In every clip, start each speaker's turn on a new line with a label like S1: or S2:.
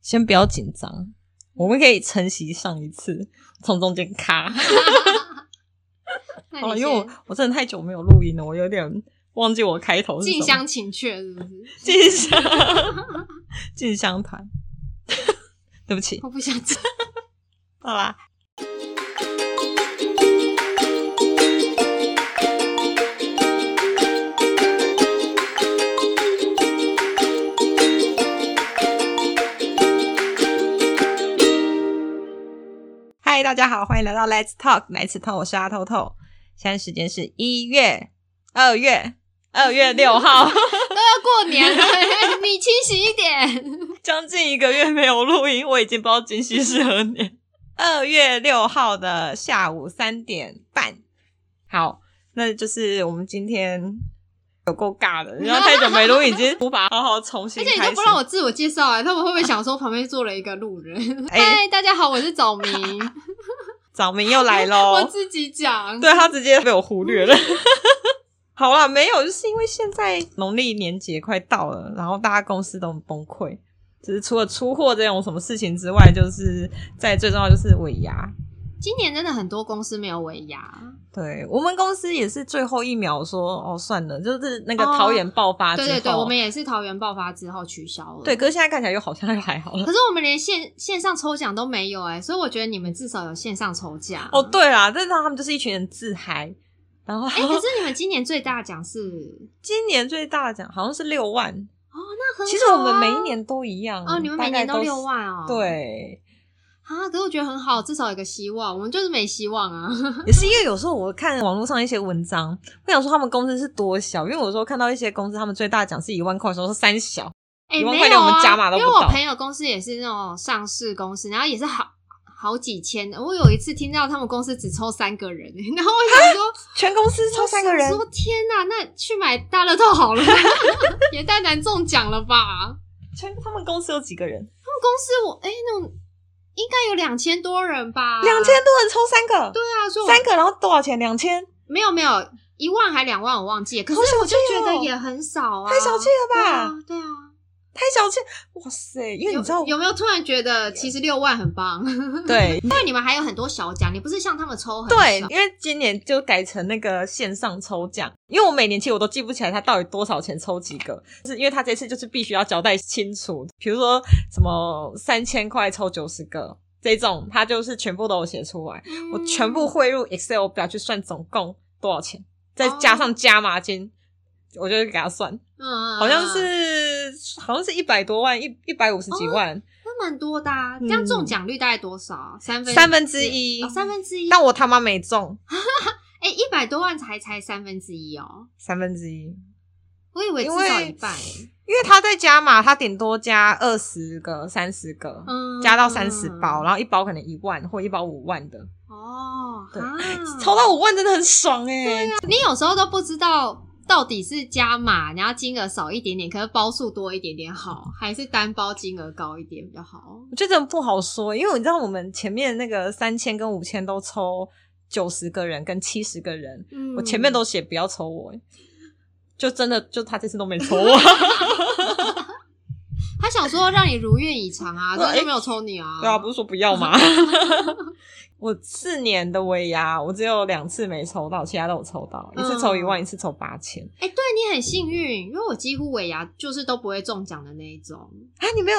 S1: 先不要紧张，我们可以承袭上一次，从中间卡。
S2: 那
S1: 好了，
S2: 你
S1: 因为我
S2: 先
S1: 我真的太久没有录音了，我有点忘记我开头是什
S2: 近
S1: 么。
S2: 乡情怯是不是？
S1: 静香，静香团。 对不起，
S2: 我不想讲。
S1: 好啦。嗨，大家好，欢迎来到 Let's Talk 来次透，我是阿透透。现在时间是一月、二月、二月六号，
S2: 都要过年 了，你清醒 一点。
S1: 将近一个月没有录音，我已经不知道今夕是何年。二月六号的下午三点半，好，那就是我们今天有够尬的，然后太久没录音，已经无法好好重新
S2: 而
S1: 开
S2: 且
S1: 始。
S2: 你都不让我自我介绍哎、他们会不会想说旁边坐了一个 路人？
S1: 哎
S2: 嗨，大家好，我是早明，
S1: 早明又来
S2: 我
S1: 喽，
S2: 自己讲。
S1: 对他直接被我忽略了。 好啦，没有，就是因为现在农历年节快到了，然后大家公司都很崩溃，只是除了出货这种什么事情之外，就是在最重要就是尾牙，
S2: 今年真的很多公司没有尾牙，
S1: 对我们公司也是最后一秒说哦算了，就是那个
S2: 哦
S1: 桃园爆发之后，
S2: 对对对，我们也是桃园爆发之后取消了。
S1: 对，可是现在看起来又好像又还好了。
S2: 可是我们连线线上抽奖都没有哎、所以我觉得你们至少有线上抽奖
S1: 哦，。对啦，但是他们就是一群人自嗨，然后、
S2: 嗯哎、可是你们今年最大奖是
S1: 今年最大的奖好像是六万，
S2: 哦，那很好啊、
S1: 其实我们每一年都一样
S2: 哦，你们每
S1: 大概
S2: 年
S1: 都
S2: 都
S1: 是
S2: 六万哦，
S1: 对，
S2: 啊，可是我觉得很好，至少有个希望。我们就是没希望啊，
S1: 也是因为有时候我看网络上一些文章，我想说他们公司是多小，因为我说看到一些公司他们最大奖是一万块，我说是三小，
S2: 哎、
S1: 一万
S2: 没
S1: 块
S2: 有
S1: 连我
S2: 啊，
S1: 们加码都不
S2: 因为我
S1: 到
S2: 朋友公司也是那种上市公司，然后也是好好几千的。我有一次听到他们公司只抽三个人，欸然后我想说，
S1: 全公司啊抽三个人
S2: 我，想说天哪，那去买大乐透好了， 也太难中奖了吧？
S1: 全他们公司有几个人？
S2: 他们公司我哎、那种应该有两千多人吧？
S1: 两千多人抽三个，
S2: 啊对啊，所以我
S1: 三个，然后多少钱？两千，
S2: 没有没有一万还两万我忘记了，可是
S1: 好小
S2: 我就
S1: 气
S2: 觉得
S1: 哦
S2: 也很少啊，
S1: 太小气了吧？
S2: 对啊，对啊。
S1: 太小气！哇塞，因为你知道
S2: 有，有没有突然觉得其实六万很棒？
S1: 对
S2: 但你们还有很多小奖，你不是像他们抽很
S1: 对
S2: 少，
S1: 因为今年就改成那个线上抽奖，因为我每年其实我都记不起来他到底多少钱抽几个，就是因为他这次就是必须要交代清楚，比如说什么三千块抽九十个这种，他就是全部都有写出来，
S2: 嗯
S1: 我全部汇入 Excel 表去算总共多少钱，再
S2: 哦
S1: 加上加码金，我就给他算，
S2: 嗯，
S1: 好像是
S2: 啊
S1: 好像是一百多万，一一百五十
S2: 哦
S1: 几万。
S2: 那蛮多的、啊，这样
S1: 嗯
S2: 中奖率大概多少啊？三分
S1: 三分之一
S2: 哦，三分之一。
S1: 但我他妈没中
S2: 哎，一百多万才才三分之一哦，
S1: 三分之一，
S2: 我以为至
S1: 因为
S2: 少一半。欸
S1: 因为他在加码，他顶多加二十个、三十个，
S2: 嗯
S1: 加到三十包，然后一包可能一万或一包五万的，
S2: 哦，
S1: 对
S2: 啊
S1: 抽到五万真的很爽哎、
S2: 你有时候都不知道到底是加码，然后金额少一点点，可是包数多一点点好，还是单包金额高一点比较好？
S1: 我觉得真的不好说，因为你知道我们前面那个三千跟五千都抽九十个人跟七十个人，
S2: 嗯
S1: 我前面都写不要抽我、欸就真的就他这次都没抽 我，
S2: 他想说让你如愿以偿啊，
S1: 对
S2: 但是没有抽你啊。
S1: 呃对啊，不是说不要 吗？ 我四年的尾牙，我只有两次没抽到，其他都有抽到，一次抽一
S2: 嗯
S1: 万，一次抽八千。
S2: 哎、对你很幸运，因为我几乎尾牙就是都不会中奖的那一种。
S1: 啊，你没有，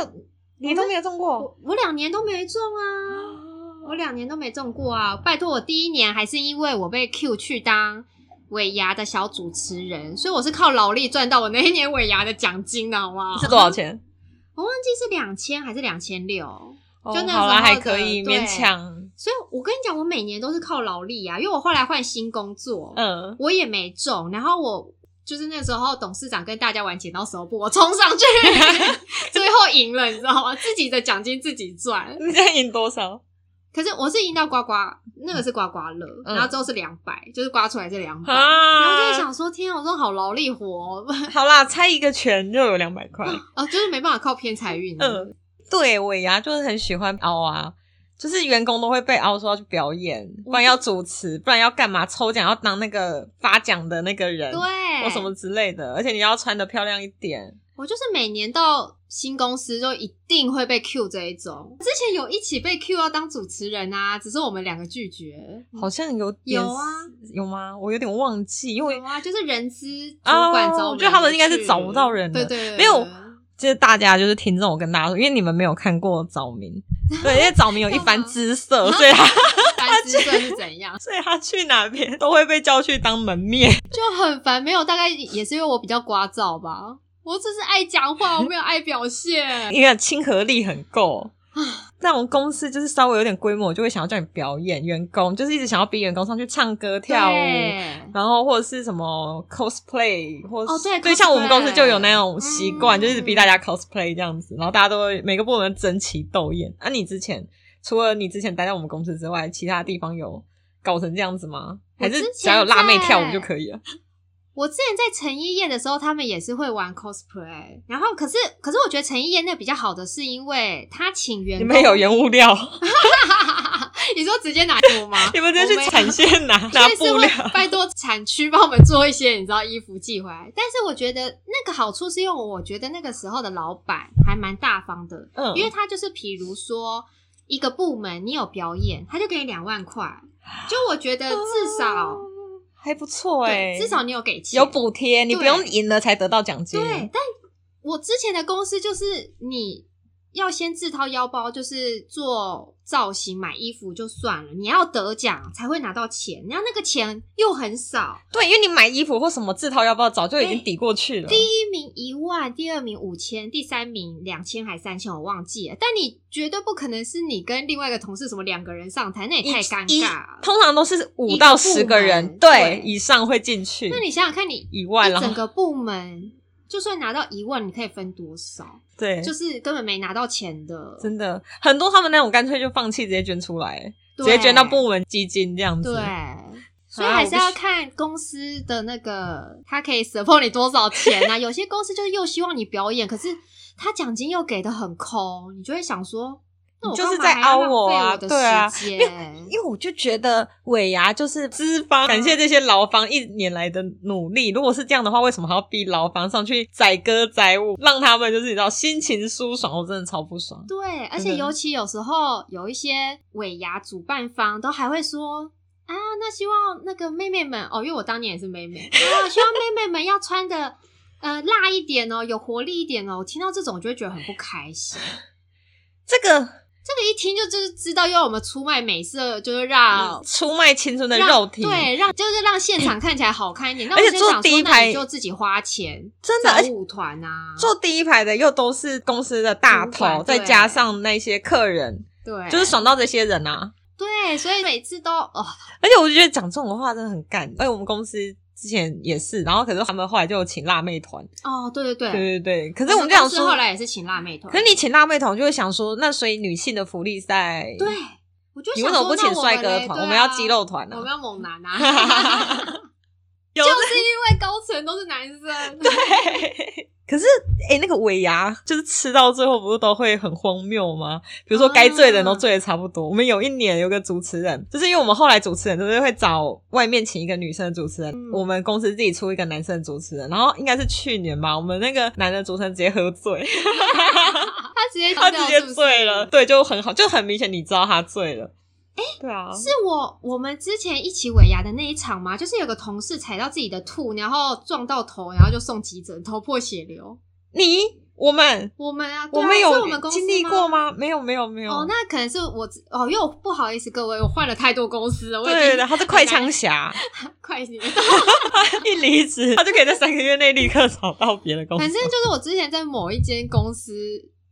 S1: 你都没有中过，
S2: 我我两年都没中啊，我两年都没中过啊！拜托，我第一年还是因为我被 Q 去当尾牙的小主持人，所以我是靠劳力赚到我那一年尾牙的奖金的，好不好？
S1: 是多少钱？
S2: 我忘记是两千还是两千六。
S1: 哦
S2: 就那
S1: 好啦，
S2: 时候的
S1: 还可以
S2: 对
S1: 勉强，
S2: 所以我跟你讲，我每年都是靠劳力啊，因为我后来换新工作，
S1: 嗯，
S2: 我也没中，然后我就是那时候董事长跟大家玩剪刀石头布，我冲上去， 最后赢了，你知道吗？自己的奖金自己赚。
S1: 你这样赢多少？
S2: 可是我是赢到刮刮，那个是刮刮乐，
S1: 嗯
S2: 然后之后是两百，就是刮出来是两百。然后就
S1: 啊
S2: 会想说，天啊，我这种好劳力活哦，
S1: 好啦，猜一个拳就有两百块，
S2: 哦，就是没办法靠偏财运。
S1: 嗯，对，尾牙就是很喜欢凹啊。就是员工都会被凹说要去表演，不然要主持，不然要干嘛？抽奖要当那个发奖的那个人，
S2: 对，
S1: 或什么之类的。而且你要穿的漂亮一点，
S2: 我就是每年到新公司就一定会被 Q 这一种。之前有一起被 Q 要当主持人啊，只是我们两个拒绝。
S1: 好像有点
S2: 有啊，
S1: 有吗？我有点忘记，因为
S2: 有啊，就是人资主管
S1: 哦
S2: 找我们
S1: 我觉
S2: 去、
S1: 得他们应该是找不到人的
S2: 对对对，
S1: 没 有就是大家就是听众，我跟大家说，因为你们没有看过早明，对，因为早明有一 番姿
S2: 哦
S1: 色，所以他，
S2: 班资算是怎样
S1: 所以他去哪边都会被叫去当门面。
S2: 就很烦。没有，大概也是因为我比较聒噪吧。我只是爱讲话，我没有爱 表现。
S1: 因为亲和力很够。
S2: 啊
S1: 那种公司就是稍微有点规模，就会想要叫你表演，员工就是一直想要逼员工上去唱歌跳舞，
S2: 对
S1: 然后或者是什么 cosplay，或者
S2: 哦对
S1: 对，
S2: cosplay
S1: 像我们公司就有那种习惯，
S2: 嗯
S1: 就是逼大家 cosplay 这样子，然后大家都会每个部门争奇斗艳。啊，你之前除了你之前待在我们公司之外，其他地方有搞成这样子吗？
S2: 我
S1: 还是
S2: 之前
S1: 只要有辣妹
S2: 在
S1: 跳舞就可以了？
S2: 我之前在成衣业的时候，他们也是会玩 cosplay，然后可是可是我觉得成衣业那比较好的是因为他请员
S1: 你
S2: 工，
S1: 们有原物料，
S2: 你说直接拿衣服
S1: ？
S2: 吗
S1: 你们直接
S2: 我
S1: 去
S2: 没
S1: 产线 拿拿
S2: 所以是
S1: 布
S2: 会
S1: 料。
S2: 拜托产区帮我们做一些你知道衣服寄回来。但是我觉得那个好处是因为我觉得那个时候的老板还蛮大方的，
S1: 嗯
S2: 因为他就是比如说一个部门你有表演，他就给你两万块，就我觉得至少、
S1: 还不错哎、
S2: 对至少你有给钱，
S1: 有补贴，你不
S2: 对
S1: 用赢了才得到奖金。
S2: 对，但我之前的公司就是你要先自掏腰包，就是做造型、买衣服就算了，你要得奖才会拿到钱，然后那个钱又很少，
S1: 对，因为你买衣服或什么自掏腰包，早就已经抵过去了。
S2: 第一名一万，第二名五千，第三名两千还三千，我忘记了。但你绝对不可能是你跟另外一个同事什么两个人上台，那也太尴
S1: 一
S2: 尬了。
S1: 通常都是五到十个
S2: 一个部
S1: 人，
S2: 门
S1: 对
S2: 对
S1: 以上会进去。
S2: 那你想想看，你
S1: 一万
S2: 一
S1: 了，
S2: 整个部门就算拿到一万，你可以分多少？
S1: 对，
S2: 就是根本没拿到钱的，
S1: 哎真的很多他们那种干脆就放弃，直接捐出来，直
S2: 对
S1: 接捐到部门基金这样子。
S2: 对，所以还是要
S1: 看。
S2: 看公司的那个，它可以 support 你多少钱啊？有些公司就是又希望你表演，可是他奖金又给的很空，你就会想说，那我
S1: 你就是在
S2: 干嘛还要
S1: 凹我啊
S2: 浪费
S1: 对啊
S2: 的时间。
S1: 因为我就觉得尾牙就是资方
S2: 嗯
S1: 感谢这些劳方一年来的努力，如果是这样的话，为什么还要逼劳方上去载歌载舞，让他们就是你知道心情舒爽？我真的超不爽。
S2: 对，而
S1: 真
S2: 且
S1: 的
S2: 尤其有时候有一些尾牙主办方都还会说。啊，那希望那个妹妹们哦，因为我当年也是妹妹啊，希望妹妹们要穿的呃辣一点哦，有活力一点哦。我听到这种，我就会觉得很不开心。
S1: 这个
S2: 这个一听就就是知道要我们出卖美色，就是让
S1: 出卖青春的嗯
S2: 让
S1: 肉体，
S2: 对，让就是让现场看起来好看一 点。那
S1: 而且
S2: 我就
S1: 坐
S2: 想
S1: 第一
S2: 说，
S1: 排
S2: 那你就自己花钱
S1: 真的，而
S2: 找
S1: 且
S2: 舞团啊，
S1: 坐第一排的又都是公司的大
S2: 主管
S1: 头，再
S2: 对
S1: 加上那些客人，
S2: 对，
S1: 就是爽到这些人啊。
S2: 对，所以每次都哦，
S1: 而且我就觉得讲这种话真的很干。哎，我们公司之前也是，然后可是他们后来就有请辣妹团，
S2: 哦，对对对，
S1: 对对对。可
S2: 可
S1: 是我们就想说，
S2: 后来也是请辣妹团，
S1: 可是你请辣妹团，我就会想说，那所以女性的福利在，
S2: 对，我就
S1: 你
S2: 想
S1: 为什么不
S2: 说
S1: 请
S2: 那我
S1: 帅
S2: 们
S1: 哥
S2: 嘞
S1: 团？
S2: 对
S1: 我们要
S2: 啊
S1: 肌肉团
S2: 我们
S1: 啊！
S2: 要猛男啊，
S1: 有
S2: 就是因为高层都是男生，对，
S1: 可是，哎、那个尾牙就是吃到最后，不是都会很荒谬吗？比如说，该醉的人都
S2: 啊
S1: 醉的差不多。我们有一年有个主持人，就是因为我们后来主持人就是会找外面请一个女生的主持人，
S2: 嗯
S1: 我们公司自己出一个男生的主持人。然后应该是去年吧，我们那个男的主持人直接喝醉，
S2: 他直接
S1: 他
S2: 丢掉
S1: 直接
S2: 是不是
S1: 醉了，对，就很好，就很明显你知道他醉了。哎、对啊，
S2: 是我我们之前一起尾牙的那一场吗？就是有个同事踩到自己的兔，然后撞到头，然后就送急诊，头破血流。
S1: 你我们。
S2: 我们啊，对
S1: 我
S2: 啊
S1: 们
S2: 是
S1: 有
S2: 我们公司
S1: 经历过
S2: 吗？
S1: 吗？没有，没有，没有。
S2: 哦，那可能是我自哦，因为我不好意思各位，我换了太多公司了，我
S1: 对
S2: 已
S1: 对
S2: 经
S1: 对，他是快枪侠，
S2: 快点。
S1: 一离职，他就可以在三个月内立刻找到别的工作。
S2: 反正就是我之前在某一间公司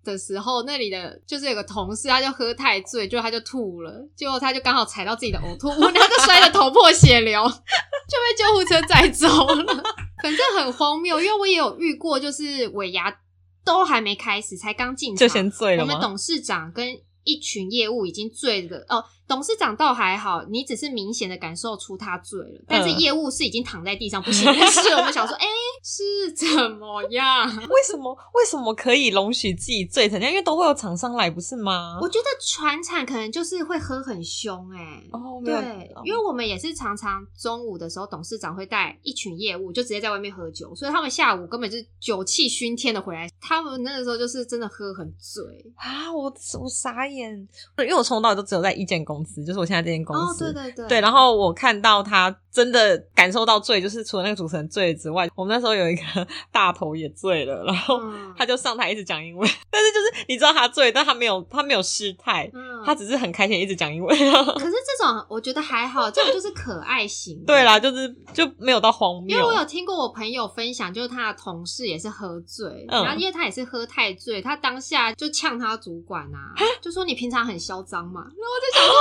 S2: 的时候，那里的就是有个同事，他就喝太醉，就他就吐了，结果他就刚好踩到自己的呕吐物，然后就摔得头破血流， 就被救护车载走了。反正很荒谬，因为我也有遇过，就是尾牙都还没开始，才刚进场，
S1: 就先醉了
S2: 我们
S1: 吗？
S2: 董事长跟一群业务已经醉的哦，董事长倒还好，你只是明显的感受出他醉了，但是
S1: 嗯
S2: 业务是已经躺在地上不 省人事了。我们想说，哎、是怎么样？
S1: 啊为什么为什么可以容许自己醉成这样？因为都会有厂商来，不是吗？
S2: 我觉得船产可能就是会喝很凶、哎、
S1: 哦，没有
S2: 对，因为我们也是常常中午的时候，董事长会带一群业务，就直接在外面喝酒，所以他们下午根本就是酒气熏天的回来。他们那个时候就是真的喝很醉。
S1: 啊，我我傻眼，因为我从头到尾都只有在一间公司，就是我现在这间公
S2: 哦，
S1: 司。
S2: 对对对，
S1: 对，然后我看到他真的感受到醉，就是除了那个主持人醉了之外，我们那时候有一个 大头也醉了，然后
S2: 嗯
S1: 他就上台一直讲英文， 但是就是你知道他醉，但他没有他没有失态，
S2: 嗯
S1: 他只是很开心地一直讲英文。
S2: 可是这种我觉得还好，这种就是可爱型。
S1: 对。啦，就是就没有到荒
S2: 因
S1: 谬
S2: 为我有听过我朋友分享，就是他的同事也是喝醉，
S1: 嗯
S2: 然后因为他也是喝太醉，他当下就呛他主管 啊，就说你平常很嚣张嘛。然后我就想说，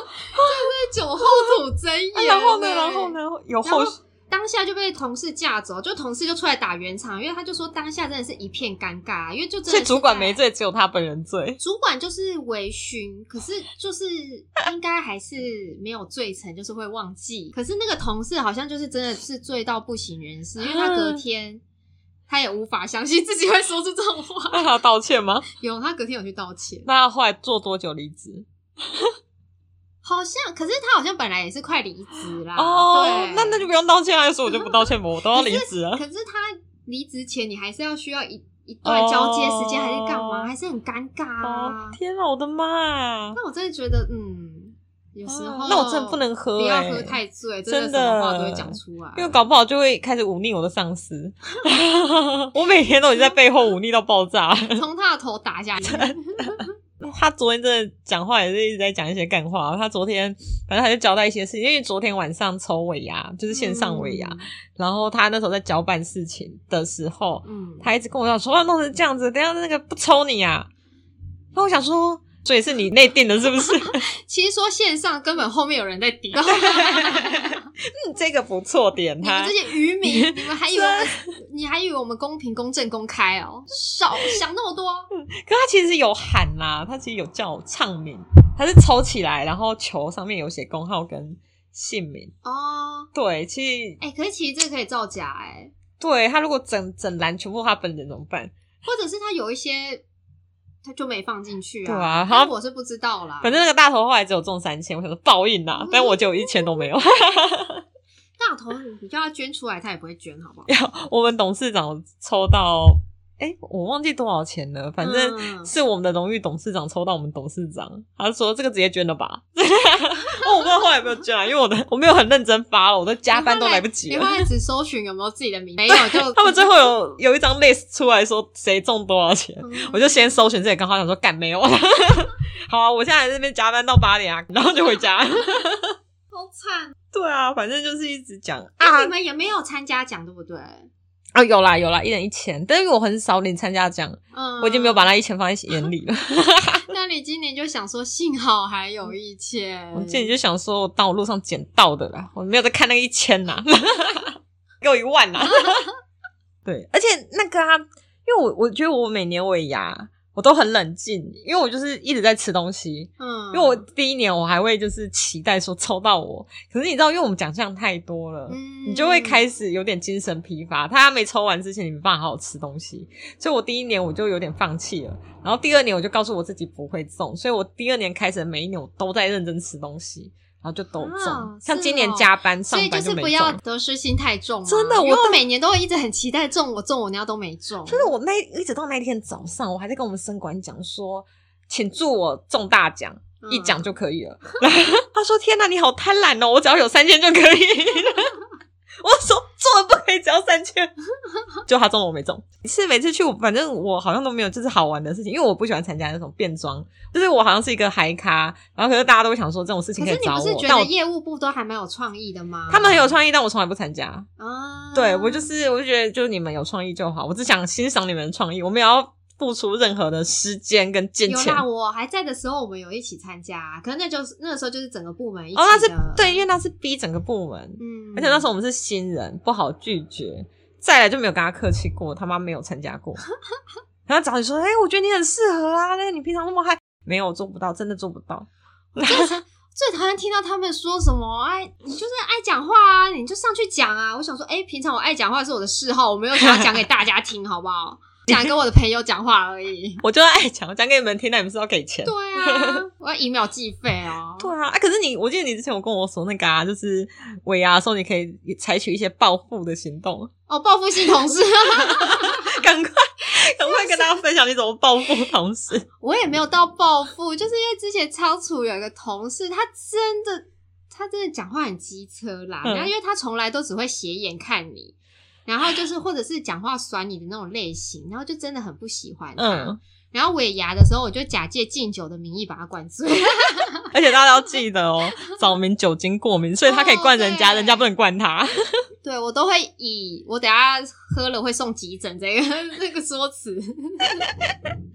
S2: 哦 这是酒后吐真言、
S1: 啊然后呢，然后呢，有
S2: 然后
S1: 后续
S2: 当下就被同事架走，就同事就出来打圆场，因为他就说当下真的是一片尴尬，啊因为就真的
S1: 所以
S2: 是
S1: 主管
S2: 在
S1: 没，醉，只有他本人醉。
S2: 主管就是微醺，可是就是应该还是没有醉成，就是会忘记。可是那个同事好像就是真的是醉到不省人事，因为他
S1: 啊
S2: 隔天。他也无法相信自己会说出这种话。
S1: 那他有道歉吗？
S2: 有，他隔天有去道歉，
S1: 那他后来做多久离职？
S2: 好像，可是他好像本来也是快离职啦。
S1: 哦
S2: 啊对，
S1: 那那就不用道歉啊！所以我就不道歉吧，我都要离职 啊。
S2: 可是他离职前，你还是要需要一一段交接时间，还是干嘛？
S1: 哦
S2: 还是很尴尬啊
S1: 哦，。天啊，我的妈！
S2: 但我真的觉得，嗯，有时
S1: 啊
S2: 候
S1: 那我真的不能喝
S2: 不要
S1: 欸
S2: 喝太醉，
S1: 真
S2: 的什么
S1: 的
S2: 话都会讲出来。
S1: 因为搞不好就会开始忤逆我的上司， 我每天都已经在背后忤逆到爆炸。
S2: 从他的头打下去，
S1: 他昨天真的讲话也是一直在讲一些干话。他昨天反正他就交代一些事情，因为昨天晚上抽尾牙，就是线上尾
S2: 嗯
S1: 牙，然后他那时候在交办事情的时候，
S2: 嗯，嗯，
S1: 他一直跟我讲说啊，弄成这样子，等一下那个不抽你啊。然后我想说，所以是你内定的，是 不是？
S2: 其实说线上根本后面有人在顶，
S1: 嗯这个不错，点
S2: 你
S1: 他
S2: 们这。些渔民，你们还以为我们你还以为我们公平、公正、公开哦，少想那么多。
S1: 可他其实有喊啦，他其实有叫我唱名，他是抽起来，然后球上面有写工号跟姓名。
S2: 哦，
S1: 对，其实
S2: 哎、可是其实这个可以造假哎、
S1: 对他如果整整栏全部他本人怎么办？
S2: 或者是他有一些他就没放进去啊。
S1: 对啊
S2: 但
S1: 好
S2: 我是不知道啦。
S1: 反正那个大头后来只有中三千，我想说报应啦、但我就有一千都没有。
S2: 大头你叫他捐出来，他也不会捐，好不好？
S1: 我们董事长抽到，哎、我忘记多少钱了，反正
S2: 嗯
S1: 是我们的荣誉董事长抽到我们董事长，他说这个直接捐了吧。 哦，我不知道后来有没有捐啊，因为我的我没有很认真发了，我的加班都来不及
S2: 你
S1: 了
S2: 后。来只搜寻有没有自己的名，没有就
S1: 他们最后有有一张 list 出来说谁中多少钱，
S2: 嗯
S1: 我就先搜寻这里，刚好想说干没有。 好啊，我现在在这边加班到八点啊，然后就回家。
S2: 好惨。
S1: 对啊，反正就是一直讲
S2: 那
S1: 啊
S2: 你们也没有参加奖，对不对？
S1: 啊，有啦有啦，一人一千，但是我很少领参加奖，
S2: 嗯，
S1: 我已经没有把。那一千放在 眼里了。
S2: 那你今年就想说，幸好还有一千。
S1: 嗯我今天就想说，我当我路上捡到的啦，我没有在看那个一千呐、 给我一万 呐、对，而且那个啊，因为我我觉得我每年尾牙我都很冷静，因为我就是一直在吃东西。
S2: 嗯，
S1: 因为我第一年我还会就是期待说抽到我，可是你知道，因为我们奖项太多了，
S2: 嗯
S1: 你就会开始有点精神疲乏。他没抽完之前，你没办法好好吃东西，所以我第一年我就有点放弃了。然后第二年我就告诉我自己不会中，所以我第二年开始每一年我都在认真吃东西，然后就都中。
S2: 啊
S1: 像
S2: 是
S1: 今年
S2: 哦
S1: 加班、
S2: 所以
S1: 上
S2: 就
S1: 班
S2: 是
S1: 没
S2: 不
S1: 中。
S2: 要得失心太重啊、
S1: 真的我
S2: 因为我
S1: 当
S2: 每年都会一直很期待中我中我，然后都没中。
S1: 就是我那一直到那一天早上，我还在跟我们生管讲说，请祝我中大奖。
S2: 嗯
S1: 一讲就可以了。 然后他说：“天哪，你好贪婪哦！我只要有三千就可以了。” 我说：“做的不可以只要三千。”就他中了，我没中。是每次去，我反正我好像都没有就是好玩的事情，因为我不喜欢参加那种变装，就是我好像是一个嗨咖，然后可是大家都会想说这种事情
S2: 可
S1: 以
S2: 是你
S1: 找
S2: 不是
S1: 我，
S2: 觉
S1: 但
S2: 得
S1: 我
S2: 业务部都还蛮有创意的吗？
S1: 他们很有创意，但我从来不参加。
S2: 啊，
S1: 对我就是，我就觉得就是你们有创意就好，我只想欣赏你们的创意，我没有要付出任何的时间跟金
S2: 有
S1: 钱。
S2: 啦，我还在的时候，我们有一起参加，啊可是那就是那个时候就是整个部门一起
S1: 哦，那是
S2: 的
S1: 对，因为那是逼整个部门，
S2: 嗯，
S1: 而且那时候我们是新人，不好拒绝。再来就没有跟他客气过，他妈没有参加 过。然后找你说，哎、我觉得你很适合啊，那个你平常那么嗨，没有做不到，真的做不到。
S2: 我真的是最讨厌听到他们说什么，哎，你就是爱讲话啊，你就上去讲啊。我想说，哎、平常我爱讲话是我的嗜好，我没有想要讲给大家听，好 不好？想跟我的朋友讲话而已。
S1: 我就爱讲，我讲给你们听，那你们是要给钱。
S2: 对啊，我要以秒计费哦。
S1: 对啊，啊，可是你，我记得你之前有跟我说那个啊，就是尾牙的时候，你可以采取一些报复的行动，
S2: 哦，报复性同事，
S1: 赶快赶快跟大家分享你怎么报复同事。
S2: 我也没有到报复，就是因为之前仓储有一个同事，他真的他真的讲话很机车啦，
S1: 嗯
S2: 然后因为他从来都只会斜眼看你，然后就是或者是讲话酸你的那种类型，然后就真的很不喜欢他。
S1: 嗯，
S2: 然后尾牙的时候，我就假借敬酒的名义把他灌 醉，
S1: 而且大家要记得哦，早明酒精过敏，所以他可以灌人家，
S2: 哦对
S1: 人家不能灌他。
S2: 对我都会以我等下喝了会送急诊这个 这个说 辞，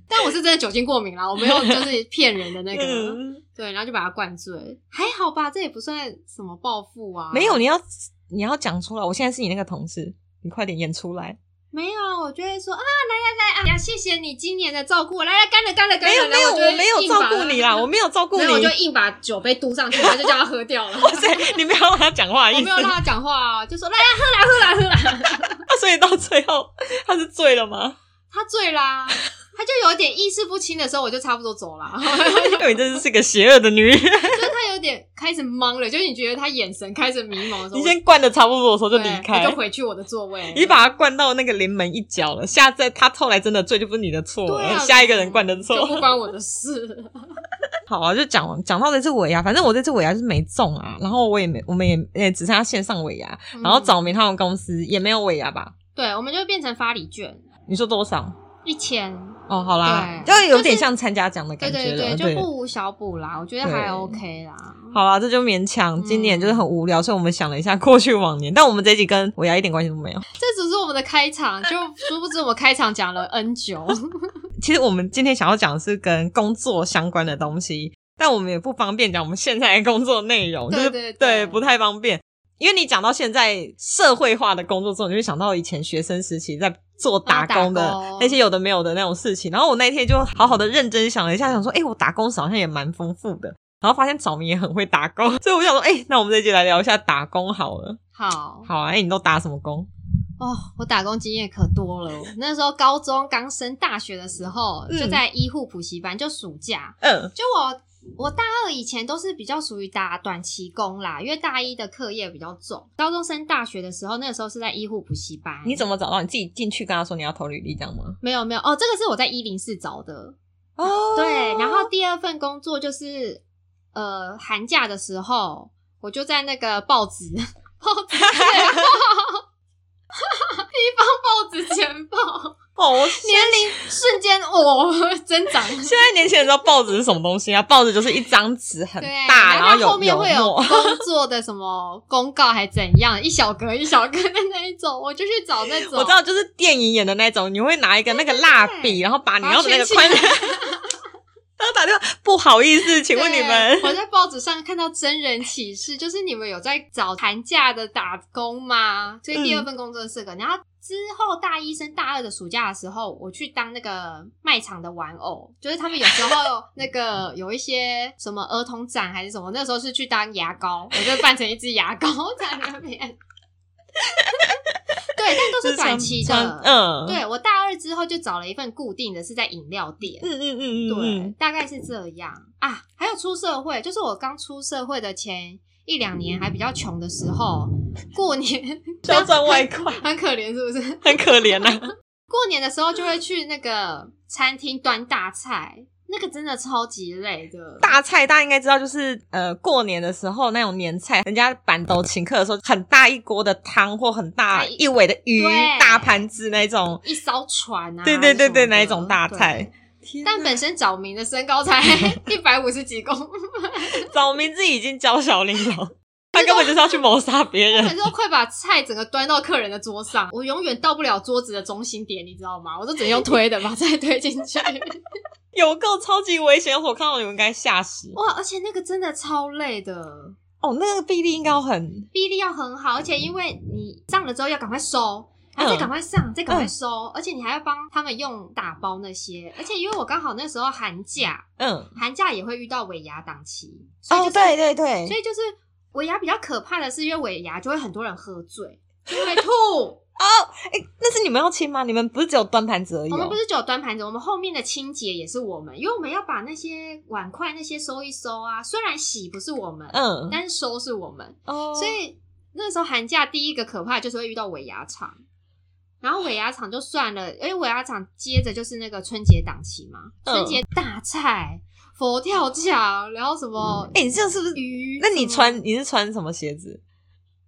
S2: 但我是真的酒精过敏啦，我没有就是骗人的那 个。
S1: 嗯，
S2: 对，然后就把他灌醉，还好吧，这也不算什么报复啊。
S1: 没有，，你要你要讲出来，我现在是你那个同事，你快点演出来。
S2: 没有，我就会说啊，来来来，哎呀，谢谢你今年的照顾，来来干了干了干
S1: 没有
S2: 了，
S1: 没有，我
S2: 然后就
S1: 没有
S2: 硬
S1: 照
S2: 把
S1: 顾你啦，我没有照顾
S2: 啊没
S1: 你
S2: 有，我。就硬把酒杯嘟上去，然后就叫他喝掉了。
S1: 哇塞，你没有让他讲话的
S2: 我
S1: 意
S2: 没
S1: 思
S2: 有，让他讲话啊，就说来来喝啦喝啦喝啦，
S1: 那所以到最后他是醉了吗？
S2: 他醉啦，他就有点意识不清的时候，我就差不多走啦。
S1: 因为你真是个邪恶的女人。
S2: 就是他有点开始懵了，就是你觉得他眼神开始迷茫的时候，
S1: 你先灌的差不多的时候就
S2: 我
S1: 离
S2: 对
S1: 开
S2: 我就，回去我的座位。
S1: 你把他灌到那个临门一脚了。下次他后来真的醉就不是你的错
S2: 对
S1: 了，
S2: 啊，
S1: 下一个人灌的
S2: 就不
S1: 错。
S2: 关我的事了。
S1: 好啊，就讲讲到这次尾牙，反正我这次尾牙就是没中啊，然后我也没，我们也也只剩下线上尾牙， 然后
S2: 嗯
S1: 找明他们公司也没有尾牙吧？
S2: 对，我们就变成发礼券
S1: 你说多少？
S2: 一千，
S1: 哦，好啦，就
S2: 对
S1: 有
S2: 就
S1: 点
S2: 是
S1: 像参加奖的
S2: 对
S1: 感觉
S2: 对对，
S1: 了，
S2: 就不无小补啦，我觉得还 OK 啦。
S1: 好啦，这就勉强。今年
S2: 嗯
S1: 就是很无聊，所以我们想了一下过去往年，但我们这一集跟尾牙一点关系都没有。
S2: 这只是我们的开场，就殊不知我们开场讲了 N 久，
S1: 其实我们今天想要讲的是跟工作相关的东西，但我们也不方便讲我们现在的工作内容，
S2: 对
S1: 就
S2: 对
S1: 是
S2: 对
S1: 不太方便。因为你讲到现在社会化的工作之后，你就想到以前学生时期在做打工的
S2: 啊打工
S1: 那些有的没有的那种事情。然后我那天就好好的认真想了一下，想说，哎、我打工时好像也蛮丰富的。然后发现早明也很会打工， 所以我想说，哎、那我们这一集来聊一下打工好了。
S2: 好
S1: 好啊，哎、你都打什么工？
S2: 哦，我打工经验可多了。哦那时候高中刚升大学的时候，
S1: 嗯
S2: 就在医护补习班，就暑假，
S1: 嗯
S2: 就我我大二以前都是比较属于打短期工啦，因为大一的课业比较重。高中升大学的时候，那个时候是在医护补习班。
S1: 你怎
S2: 么
S1: 么找到？你自己进去跟他说你要投履历这样吗？
S2: 没有没有哦？这个是我在一零四找的。
S1: 哦
S2: 对，然后第二份工作就是呃寒假的时候，我就在那个报纸报 纸前 报地方报纸前报。
S1: 哦，我
S2: 年龄瞬间哦增长，
S1: 现在年轻人知道报纸是什么东西啊？报纸就是一张纸很
S2: 对，
S1: 大，
S2: 然
S1: 后有
S2: 后后面会有
S1: 墨
S2: 工作的什么公告还怎样，一小格一小格的那一种，我就去找那种。
S1: 我知道，就是电影演的那种，你会拿一个那个蜡笔，然后把你要的那个宽，
S2: 把它圈
S1: 然后打电话，不好意思，请
S2: 对，
S1: 问你们，
S2: 我在报纸上看到真人启事， 就是你们有在找寒假的打工吗？所以第
S1: 嗯
S2: 二份工作是这个。然后之后大一升大二的暑假的时候，我去当那个卖场的玩偶，就是他们有时 候那个有一些什么儿童展还是什么，那时候是去当牙膏，我就扮成一只牙膏 在那边。对，但都是短期
S1: 穿
S2: 的。
S1: 嗯，
S2: 对我大二之后就找了一份固定的，是在饮料店。
S1: 嗯，嗯嗯嗯
S2: 对，
S1: 嗯，
S2: 大概是这样啊。还有出社会，就是我刚出社会的前一两年还比较穷的时候，过年
S1: 就要赚外快，
S2: 很可怜，是不是？
S1: 很可怜啊。
S2: 过年的时候就会去那个餐厅端大菜，那个真的超级累的。
S1: 大菜大家应该知道，就是呃过年的时候那种年菜，人家板豆请客的时候，很大一锅的汤或很大
S2: 哎
S1: 一尾的鱼
S2: 对，
S1: 大盘子那种，
S2: 一艘船啊，
S1: 对对对对，
S2: 什么的
S1: 那一种大菜。。
S2: 对但本身早明的身 高才一百五十几公分，
S1: 早明自己已经教小玲珑，他根本就是要去谋杀别
S2: 我
S1: 人。
S2: 每次都快把菜整个端到客人的桌上，我永远到不了桌子的中心点，你知道吗？我都只能用推的把菜推进去。
S1: 有够超级危险，我看到你们应该吓死。
S2: 哇，而且那个真的超累的，
S1: 哦，那个臂力应该要很
S2: 臂力要很好，而且因为你上了之后要赶快收，然
S1: 嗯
S2: 后再赶快上，再赶快收，而且你还要帮他们用打包那些，而且因为我刚好那时候寒假，
S1: 嗯，
S2: 寒假也会遇到尾牙档期，所以就
S1: 哦，
S2: 是
S1: 对对对
S2: 所，以就是尾牙比较可怕的是，因为尾牙就会很多人喝醉，就会吐。
S1: 哎，那是你们要亲吗？你们不是只有端盘子而已
S2: 我们
S1: 哦
S2: 不？是只有端盘子，我们后面的清洁也是我们，因为我们要把那些碗筷那些收一收啊。虽然洗不是我们，
S1: 嗯，
S2: 但是收是我们，
S1: 哦，
S2: 所以那时候寒假第一个可怕就是会遇到尾牙场。然后尾牙场就算了，因为尾牙场接着就是那个春节档期嘛，
S1: 嗯
S2: 春节大菜、佛跳墙，然后什么
S1: 哎，你这样是不是？
S2: 鱼。
S1: 那你
S2: 什么
S1: 穿你是穿什么鞋子？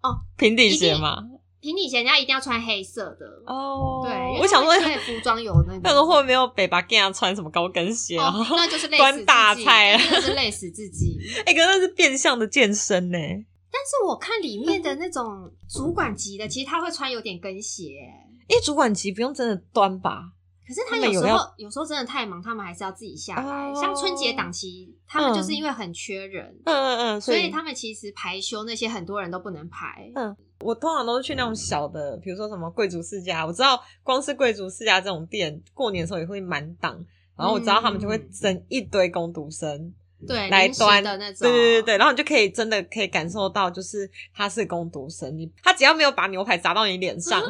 S2: 哦，
S1: 平底
S2: 一
S1: 鞋
S2: 定
S1: 吗？
S2: 平底鞋，人家一定要穿黑色的。
S1: 哦，
S2: 对，因为
S1: 我想说
S2: 他们对服装有那个
S1: 那个会没有北巴干啊穿什么高跟鞋啊？
S2: 哦，那就是累死自
S1: 端
S2: 己，
S1: 大菜
S2: 真的是累死自己。
S1: 哎、可是那是变相的健身呢、
S2: 但是我看里面的那种主管级的，其实他会穿有点跟鞋，
S1: 因为主管级不用真的端吧？
S2: 可是他
S1: 他们
S2: 有时
S1: 有
S2: 候
S1: 要
S2: 有时候真的太忙，他们还是要自己下来。
S1: 哦
S2: 像春节档期，他们就是因为很缺人，
S1: 嗯嗯嗯，
S2: 所
S1: 所
S2: 以他们其实排休那些很多人都不能排。
S1: 嗯我通常都是去那种小的，比如说什么贵族世家，我知道光是贵族世家这种店，过年的时候也会满档。然后我知道他们就会整一堆工读生，
S2: 对，
S1: 嗯来
S2: 嗯临时
S1: 端
S2: 的那种，
S1: 对对对对，然后你就可以真的可以感受到，就是他是工读生，你他只要没有把牛排砸到你脸 上，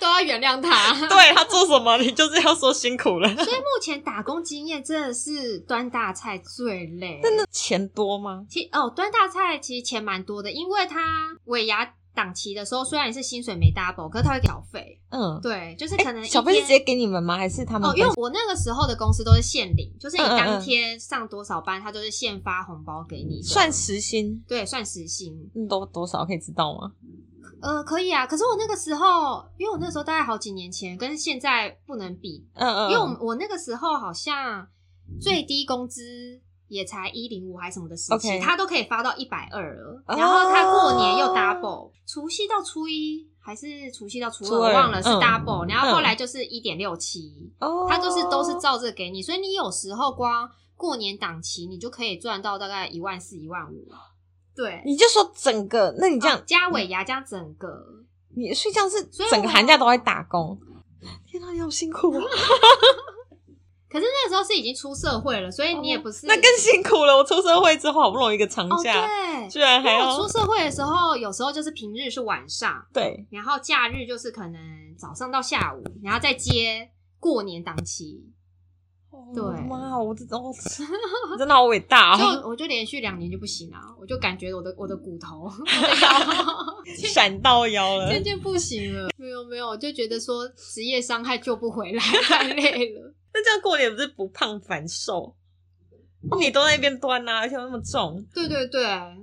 S2: 都要原谅他。
S1: 对他做什么你就是要说辛苦了。
S2: 所以目前打工经验真的是端大菜最累，
S1: 真的钱多吗？
S2: 其哦，端大菜其实钱蛮多的，因为它尾牙档期的时候，虽然你是薪水没 double，可是它会给小费。
S1: 嗯，
S2: 对，就是
S1: 哎
S2: 可能一
S1: 小费是直接
S2: 天
S1: 给你们吗？还是他们
S2: 哦，
S1: 会？
S2: 因为我那个时候的公司都是现领，就是你
S1: 嗯嗯嗯
S2: 当
S1: 嗯
S2: 天上多少班，它就是现发红包给你的，
S1: 算时薪，
S2: 对，算时薪。
S1: 嗯多多少可以知道吗？
S2: 呃，可以啊。可是我那个时候，因为我那时候大概好几年前，跟现在不能比，
S1: 嗯嗯，
S2: 因为我们我那个时候好像最低工资也才一零五还什么的时期，
S1: OK
S2: 他都可以发到一百二了。
S1: 哦
S2: 然后他过年又 double，除夕到初一还是除夕到初二，
S1: 初
S2: 我
S1: 二
S2: 忘了是
S1: 嗯
S2: double，、然后后来就是一点六七，
S1: 哦，
S2: 他就是都是照着给你，所以你有时候光过年档期你就可以赚到大概一万四、一万五。对，
S1: 你就说整个，那你这样，嗯
S2: 哦加尾牙这样整个。
S1: 你睡觉是
S2: 所以我
S1: 整个寒假都在打工，天哪，你好辛苦哦，
S2: 可是那个时候是已经出社会了，所以哎你也不是、
S1: 哦那更辛苦了。我出社会之后，好不容易一个长
S2: 哦
S1: 假，
S2: 对，
S1: 居然
S2: 因
S1: 还
S2: 为我
S1: 要
S2: 出社会的时候，有时候就是平日是晚上，
S1: 对，
S2: 然后假日就是可能早上到下午，然后再接过年档期，对
S1: 哦 妈，我这种你真的好伟大
S2: 所以
S1: 哦，
S2: 我我就连续两年就不行了，我就感觉我的我的 骨头 我的腰
S1: 闪到腰了。
S2: 渐渐不行了。没有没有，我就觉得说职业伤害救不回来， 太累了。
S1: 那这样过年不是不胖反瘦？
S2: 哦
S1: 你都在那边端啊，而且又那么重，
S2: 对对对，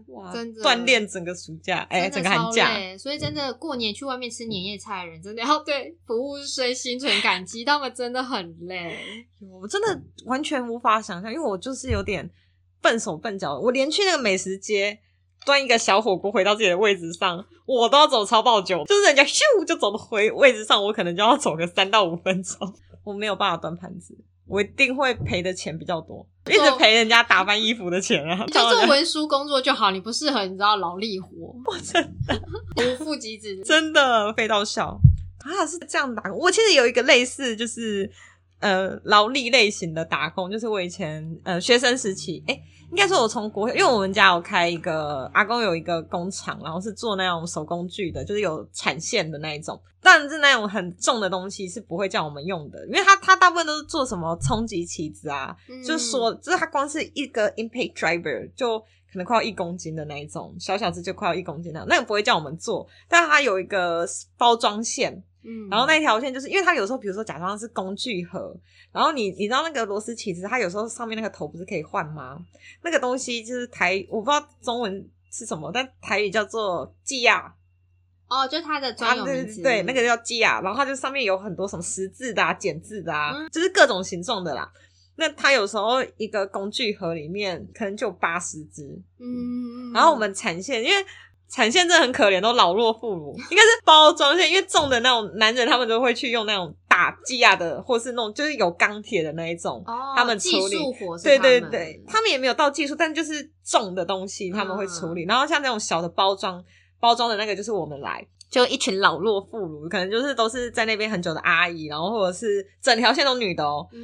S1: 哇，
S2: 真的
S1: 锻炼整个暑假，哎，整
S2: 真
S1: 个
S2: 的
S1: 寒
S2: 超
S1: 假，
S2: 累，所以真的过年去外面吃年夜菜的人，真的要对服务生心存感激，他们真的很累。
S1: 我真的完全无法想象，因为我就是有点笨手笨脚，我连去那个美食街端一个小火锅回到自己的位置上，我都要走超爆久，就是人家咻就走回位置上，我可能就要走个三到五分钟，我没有办法端盘子，我一定会赔的钱比较多，一直赔人家打扮衣服的钱啊，
S2: 你就做文书工作就好，你不适合，你知道劳力活，
S1: 我真
S2: 无腹肌子。
S1: 真的飞到笑啊，是这样打工。我其实有一个类似，就是呃劳力类型的打工，就是我以前呃学生时期，哎、应该说我从国，因为我们家有开一个阿公有一个工厂，然后是做那种手工具的，就是有产线的那一种，但是那种很重的东西是不会叫我们用的，因为他他大部分都是做什么冲击棋子啊，
S2: 嗯
S1: 就说，就是它光是一个 impact driver 就可能快要一公斤的那一种，小小只就快要一公斤的，那个不会叫我们做，但它有一个包装线，
S2: 嗯，嗯
S1: 然后那条线就是因为它有时候，比如说假装是工具盒，然后你你知道那个螺丝起子，它有时候上面那个头不是可以换吗？那个东西就是台我不知道中文是什么，但台语叫做寄亚，
S2: 哦，就他的专
S1: 啊，
S2: 有
S1: 对
S2: 名
S1: 对
S2: 词，
S1: 对，那个叫鸡啊，然后它就上面有很多什么十字的、啊、简字的啊，
S2: 嗯
S1: 就是各种形状的啦。那它有时候一个工具盒里面可能就八十只，
S2: 嗯，嗯
S1: 然后我们产线，因为产线真的很可怜，都老弱妇 孺，应该是包装线，因为重的那种男人他们都会去用那种打鸡啊的，或是那种就是有钢铁的那一种，
S2: 哦，
S1: 他们
S2: 技
S1: 处理
S2: 术活是
S1: 对
S2: 他
S1: 对
S2: 们
S1: 对，他们也没有到技术，但
S2: 嗯
S1: 就是重的东西他们会处理。然后像那种小的包装，包装的那个就是我们来。就一群老弱妇孺，可能就是都是在那边很久的阿姨，然后或者是整条线都女的哦，
S2: 嗯，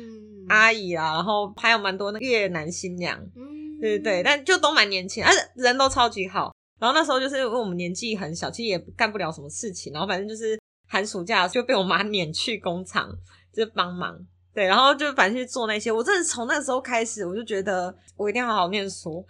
S1: 阿姨啊，然后还有蛮多那个越南新娘，
S2: 嗯，
S1: 对对对，但就都蛮年轻，而且人都超级好。然后那时候就是因为我们年纪很小，其实也干不了什么事情，然后反正就是寒暑假就被我妈 撵去工厂，就是帮忙。对，然后就反正去做那些。我真的从那时候开始，我就觉得我一定要好好念书，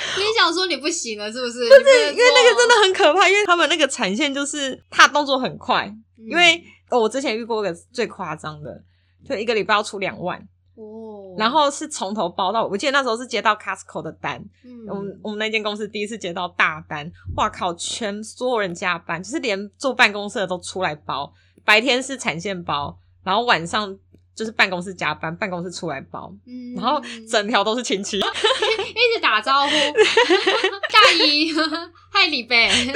S2: 你想说你不行了是不是？不是
S1: 因为那个真的很可怕，因为他们那个产线就是他动作很快，因为、哦、我之前遇过一个最夸张的，就一个礼拜要出两万，
S2: 哦，
S1: 然后是从头包到尾。我记得那时候是接到 Costco 的单，
S2: 嗯
S1: 我们我们那间公司第一次接到大单，哇靠，全所有人加班，就是连坐办公室的都出来包。白天是产线包，然后晚上就是办公室加班，办公室出来包，
S2: 嗯
S1: 然后整条都是亲戚。
S2: 一直打招呼，大姨，嗨李贝，
S1: 就是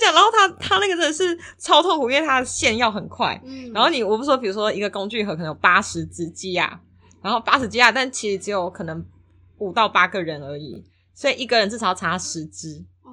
S1: 这样。然后他他那个真的是超痛苦，因为他的线要很快。
S2: 嗯，
S1: 然后你我不是说，比如说一个工具盒可能有八十只鸡呀，然后八十鸡呀，但其实只有可能五到八个人而已，所以一个人至少要查十只。
S2: 哦，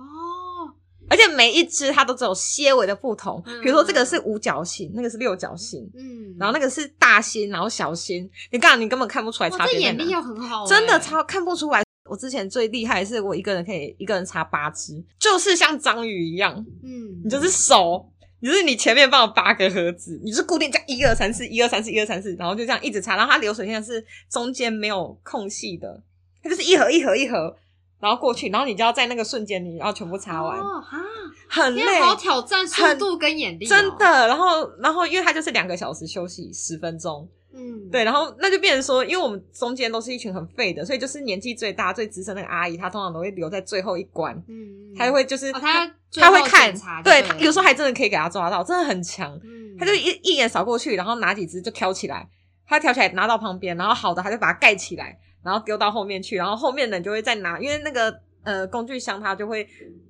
S1: 而且每一只它都只有些微的不同，
S2: 嗯
S1: 比如说这个是五角星，那个是六角星，
S2: 嗯，
S1: 然后那个是大星，然后小星。你看，你根本看不出来差
S2: 哦哇，这
S1: 别在
S2: 眼力
S1: 哪，
S2: 要很好欸，
S1: 真的超看不出来。我之前最厉害的是我一个人可以一个人查八只，就是像章鱼一样，
S2: 嗯
S1: 你，就是手，你就是你前面放了八个盒子，你就是固定这样一二三四一二三四一二三四，然后就这样一直插，然后它流水线是中间没有空隙的，它就是一盒一盒一盒，然后过去，然后你就要在那个瞬间你要全部插完，
S2: 哦哈，
S1: 很
S2: 天
S1: 累
S2: 啊，好挑战速
S1: 很
S2: 度跟眼力，哦
S1: 真，的。然后然后因为它就是两个小时休息十分钟，
S2: 嗯，
S1: 对，然后那就变成说，因为我们中间都是一群很废的，所以就是年纪最大最资深的那个阿姨，她通常都会留在最后一关。
S2: 嗯，嗯，
S1: 她会就是
S2: 哦她最
S1: 她
S2: 后
S1: 会看
S2: 检查，就
S1: 对，
S2: 对
S1: 她有时候还真的可以给她抓到，真的很强。
S2: 嗯，
S1: 他就一一眼扫过去，然后拿几只就挑起来，他挑起来拿到旁边，然后好的他就把它盖起来，然后丢到后面去，然后后面的人就会再拿，因为那个呃工具箱它就会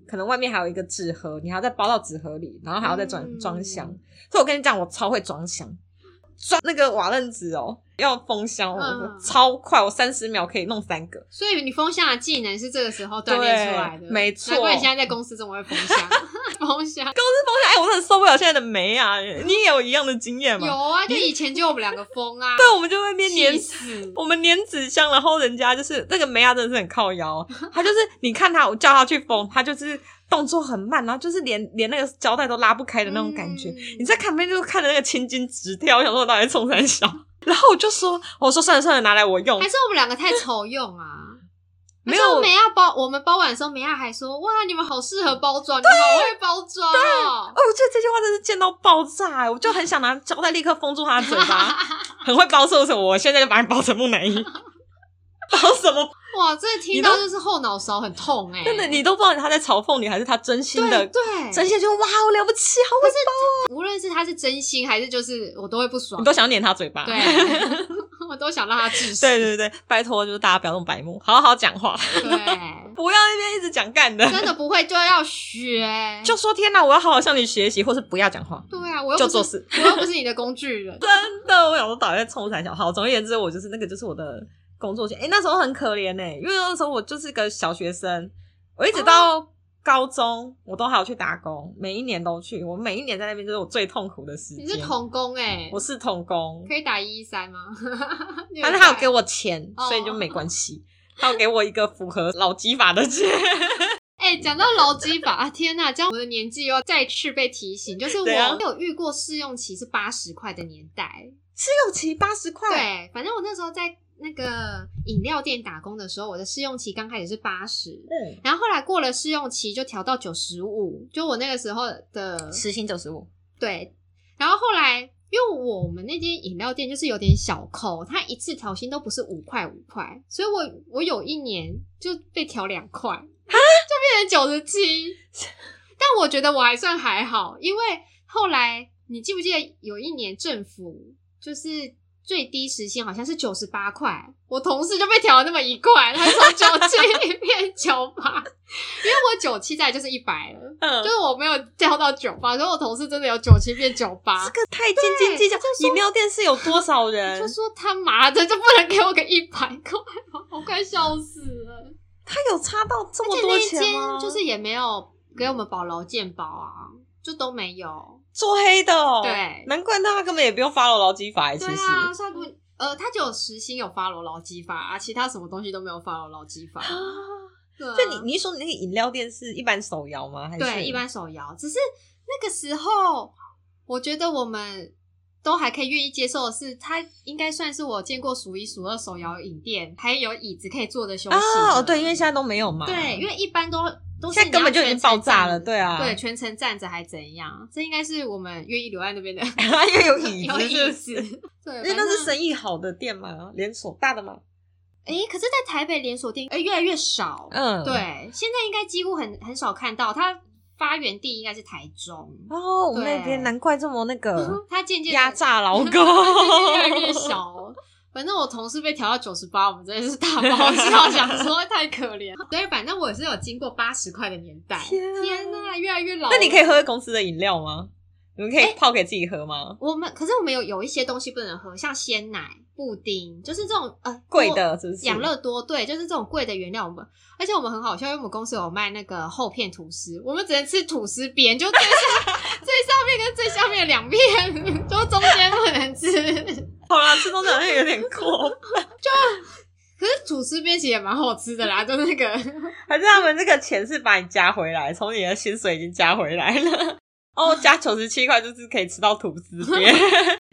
S1: 可能外面还有一个纸盒，你还要再包到纸盒里，然后还要再装
S2: 嗯
S1: 装箱。所以我跟你讲，我超会装箱，装那个瓦楞纸哦，要封箱，我
S2: 嗯
S1: 超快，我三十秒可以弄三个。
S2: 所以你风向的技能是这个时候锻炼出来的，
S1: 对没错
S2: 难怪你现在在公司这么会风向，风向
S1: 哎，我真的受不了现在的眉啊！你也有一样的经验
S2: 有
S1: 吗？
S2: 啊，就以前就我们两个疯啊，
S1: 对，我们就会变黏
S2: 气死，
S1: 我们粘纸箱，然后人家就是那个梅亚真的是很靠 腰，哦他就是你看他，我叫他去缝，他就是动作很慢，然后就是连连那个胶带都拉不开的那种感觉。
S2: 嗯
S1: 你在旁边就看着那个千斤直跳，我想说我到底在冲三 小，然后我就说我说算了算了，拿来我用哦
S2: 还，是我们两个太丑用啊？
S1: 没
S2: 而且
S1: 有
S2: 我。美亚包，我们包完的时候，美亚还说：“哇，你们好适合包装，你们好会包装哦。
S1: 哦，我觉得这句话真是贱到爆炸，我就很想拿胶带立刻封住他的嘴 巴，很会包色什么，我现在就把你包成木乃伊，包什么？”
S2: 哇，这听到就是后脑勺很痛哎、
S1: 真的，你都不知道他在嘲讽你，还是他真心
S2: 对
S1: 的，真
S2: 对，
S1: 心地觉得哇，好了不起，好会
S2: 无论是他是真心还是就是我都会不爽
S1: 你，都想碾他嘴巴。
S2: 对， 我都想让他窒息。
S1: 对 对对，拜托，就是大家不要那么白目，好好讲话，
S2: 对，
S1: 不要那边一直讲干的。
S2: 真的不会就要学，
S1: 就说天哪，我要好好向你学习，或是不要讲话，
S2: 对啊，我又
S1: 就
S2: 不
S1: 做
S2: 是
S1: 事。
S2: 我又不是你的工具 人，
S1: 真的，我想说打在冲三小。好，总而言之，我就是那个，就是我的工作圈。哎、那时候很可怜呢、因为那时候我就是个小学生，我一直到高中，我都还有去打工，每一年都去。我每一年在那边就是我最痛苦的时间。
S2: 你是童工哎、
S1: 我是童工，
S2: 可以打一一三吗？
S1: 但是他有给我钱，
S2: 哦
S1: 所以就没关系。他有给我一个符合老基法的钱。
S2: 哎、讲到劳基法 啊，天呐，这样我的年纪又要再次被提醒，就是我
S1: 怎样
S2: 有遇过试用期是八十块的年代，
S1: 试用期八十块，
S2: 对，反正我那时候在那个饮料店打工的时候，我的试用期刚开始是八十，
S1: 嗯，
S2: 然后后来过了试用期就调到九十五，就我那个时候的
S1: 时薪九十五，
S2: 对，然后后来因为我们那间饮料店就是有点小抠，它一次调薪都不是五块五块，所以我我有一年就被调两块，就变成九十七。但我觉得我还算还好，因为后来你记不记得有一年政府就是。最低时薪好像是九十八块，我同事就被调了那么一块，他从九七 变九八，因为我九七再就是一百了，
S1: 嗯，
S2: 就是我没有掉到九八，所以我同事真的有九七变九八
S1: 这，个太斤斤计较
S2: 对他就。说
S1: 饮料店是有多少
S2: 就
S1: 人？
S2: 说他妈的就不能给我个一百块吗？我快笑死了。
S1: 他他有差到这
S2: 而
S1: 么
S2: 且
S1: 多
S2: 那一
S1: 钱吗？
S2: 间就是也没有给我们保劳健保啊，就都没有。
S1: 做黑的、哦，
S2: 对
S1: 难怪他根本也不用发了劳基法欸，其
S2: 对
S1: 实。
S2: 啊，所以他不呃，他只有时薪有发罗劳基法啊，其他什么东西都没有发罗劳基 法。对啊
S1: 所以你你是说你那个饮料店是一般手摇吗？还是
S2: 对，一般手摇。只是那个时候，我觉得我们都还可以愿意接受的是，它应该算是我见过数一数二手摇饮店，还有椅子可以坐着休息
S1: 啊？哦，
S2: 的
S1: 对，因为现在都没有嘛。
S2: 对，因为一般都都是
S1: 现在根本
S2: 你要
S1: 就已经
S2: 全程
S1: 爆炸了
S2: 站着
S1: 对啊
S2: 对，全程站着还怎样？这应该是我们愿意留在那边的
S1: 因 为有椅
S2: 有
S1: 子，是
S2: 椅
S1: 不
S2: 子
S1: 是。
S2: 对，
S1: 因为那是
S2: 谁？
S1: 生意好的店嘛，连锁大的嘛。
S2: 哎、可是，在台北连锁店哎、越来越少。
S1: 嗯，。
S2: 对，现在应该几乎很很少看到它发源地应该是台中。
S1: 哦，我们
S2: 对嗯
S1: 那边难怪这么那个
S2: 他渐渐地
S1: 嗯压榨劳工，
S2: 越来越小哦。反正我同事被调到九十八，我们真的是大爆笑，想说太 可怜。对，反正我是有经过八十块的年代，
S1: 天啊
S2: 天哪、越来越老。
S1: 那你可以，喝公司的饮料吗？你们可以泡给自己喝吗？
S2: 哎我们可是我们有有一些东西不能喝，像鲜奶、布丁，就是这种呃
S1: 贵。的，是不是？
S2: 养乐多对，就是这种贵的原料，我们而且我们很好笑，因为我们公司有卖那个厚片吐司，我们只能吃吐司边，就最上 最上面跟最下面的两片， 就中间不能吃。
S1: 好啦，吃东西好像有点过，
S2: 可是吐司边其实也蛮好吃的 啦，就那个
S1: 还是他们这个钱是把你加回来，从你的薪水已经加回来 了。哦，加九十七块就是可以吃到吐司边，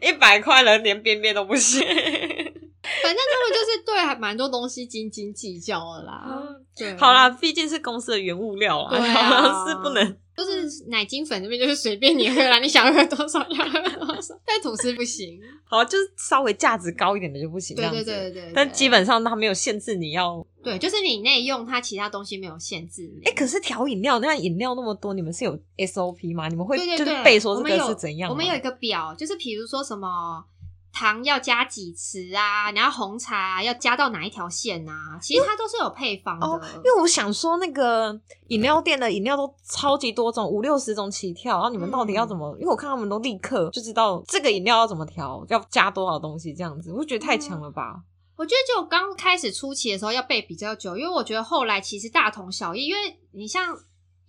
S1: 一百块人连边边都不行。
S2: 反正他们就是对还蛮多东西斤斤计较的
S1: 哦
S2: 啦。对，啊
S1: 好啦，，毕竟是公司的原物料啦，
S2: 哦对啊
S1: 好像是不能。
S2: 就是奶精粉那边就是随便你喝啦，你想喝多少就喝多少， 但吐司不行。
S1: 好，就是稍微价值高一点的就不行，这
S2: 对
S1: 样子。
S2: 对对对对，
S1: 但基本上它没有限制你要，
S2: 对，就是你内用，它其他东西没有限制你。
S1: 哎、可是调饮料，那饮料那么多，你们是有 SOP 吗？你们会
S2: 对对
S1: 就
S2: 对，
S1: 是背说
S2: 我
S1: 这
S2: 们
S1: 个
S2: 有
S1: 是怎样
S2: 我们
S1: 吗
S2: 有一个表，就是比如说什么。糖要加几匙啊？然后红茶、要加到哪一条线啊？其实它都是有配方的。
S1: 哦，因为我想说，那个饮料店的饮料都超级多种，五六十种起跳。然后你们到底要怎么？
S2: 嗯
S1: 因为我看他们都立刻就知道这个饮料要怎么调，要加多少东西这样子，我就觉得太
S2: 嗯
S1: 强了吧？
S2: 我觉得就刚开始初期的时候要背比较久，因为我觉得后来其实大同小异，因为你像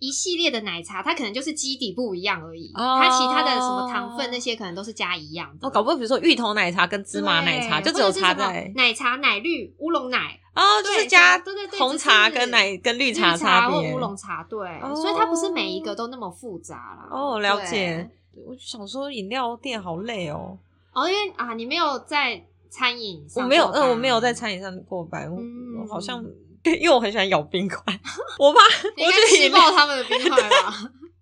S2: 一系列的奶茶，它可能就是基底不一样而已，
S1: 哦
S2: 它其他的什么糖分那些可能都是加一样的。
S1: 哦，搞不好比如说芋头奶茶跟芝麻奶茶，
S2: 对
S1: 就只有
S2: 或者是
S1: 差
S2: 什么
S1: 在
S2: 奶茶、奶绿、乌龙奶、
S1: 哦，就
S2: 对
S1: 是加
S2: 对对对
S1: 红
S2: 就是
S1: 茶跟奶跟绿
S2: 绿
S1: 茶差
S2: 或
S1: 别
S2: 乌。龙茶，对，
S1: 哦
S2: 所以它不是每一个都那么复杂啦。
S1: 哦，了
S2: 对
S1: 解。。我就想说，饮料店好累哦。
S2: 哦，因为啊，你没有在餐饮上
S1: 我没有，
S2: 过班
S1: 嗯，我没有在餐饮上过班，我
S2: 嗯
S1: 我好像 因为我很喜欢咬冰块， 我怕
S2: 你
S1: 我
S2: 应该
S1: 觉得
S2: 吃
S1: 饮料
S2: 爆他们的冰块吧。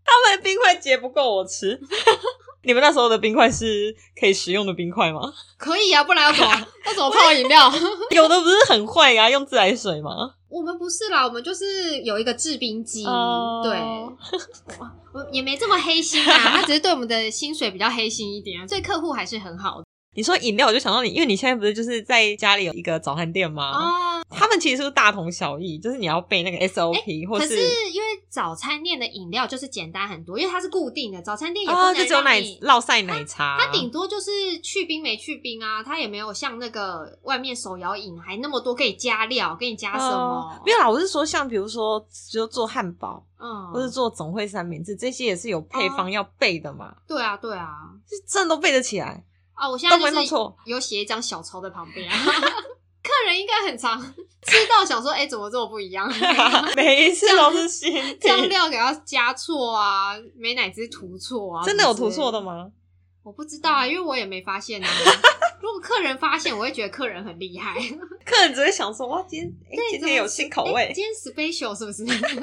S1: 他们冰块节不够我吃。 你们那时候的冰块是可以食用的冰块吗？
S2: 可以啊，不然要怎么要怎么泡饮料？
S1: 有的不是很坏呀、用自来水吗？
S2: 我们不是啦，我们就是有一个制冰机
S1: 哦
S2: 嗯对，哇我也没这么黑心 啊，他只是对我们的薪水比较黑心一点啊，对客户还是很好的
S1: 你说饮料，我就想到你，因为你现在不是就是在家里有一个早餐店吗？
S2: 啊。
S1: 他们其实是大同小异，就是你要背那个 SOP，、或
S2: 可是因为早餐店的饮料就是简单很多，因为它是固定的，早餐店也不
S1: 啊、
S2: 能
S1: 就只有
S2: 让
S1: 奶
S2: 你
S1: 酪晒奶茶，
S2: 它啊顶多就是去冰没去冰啊，它也没有像那个外面手摇饮还那么多可以加料，给你加啊什么
S1: 哦？没有啦，我是说像比如说，就做汉堡、
S2: 嗯，哦
S1: 或是做总会三明治，这些也是有配方要背的嘛，
S2: 对啊，对啊，
S1: 是真的都背得起来。
S2: 啊，我现在
S1: 都不会
S2: 就
S1: 弄
S2: 是
S1: 错
S2: 有写一张小抄在旁边、啊，客人应该很常知道，想说哎、怎么这么不一样？
S1: 每一次都是新
S2: 酱
S1: 品。
S2: 料给它加错啊，美乃滋涂错啊，
S1: 真的有涂
S2: 涂
S1: 错的？吗？
S2: 我不知道啊，因为我也没发现啊。 如果客人发现，我会觉得客人很厉害。
S1: 客人只会想说哇，今天、诶今天有新口
S2: 哎
S1: 味，
S2: 今天 special 是不是？ 对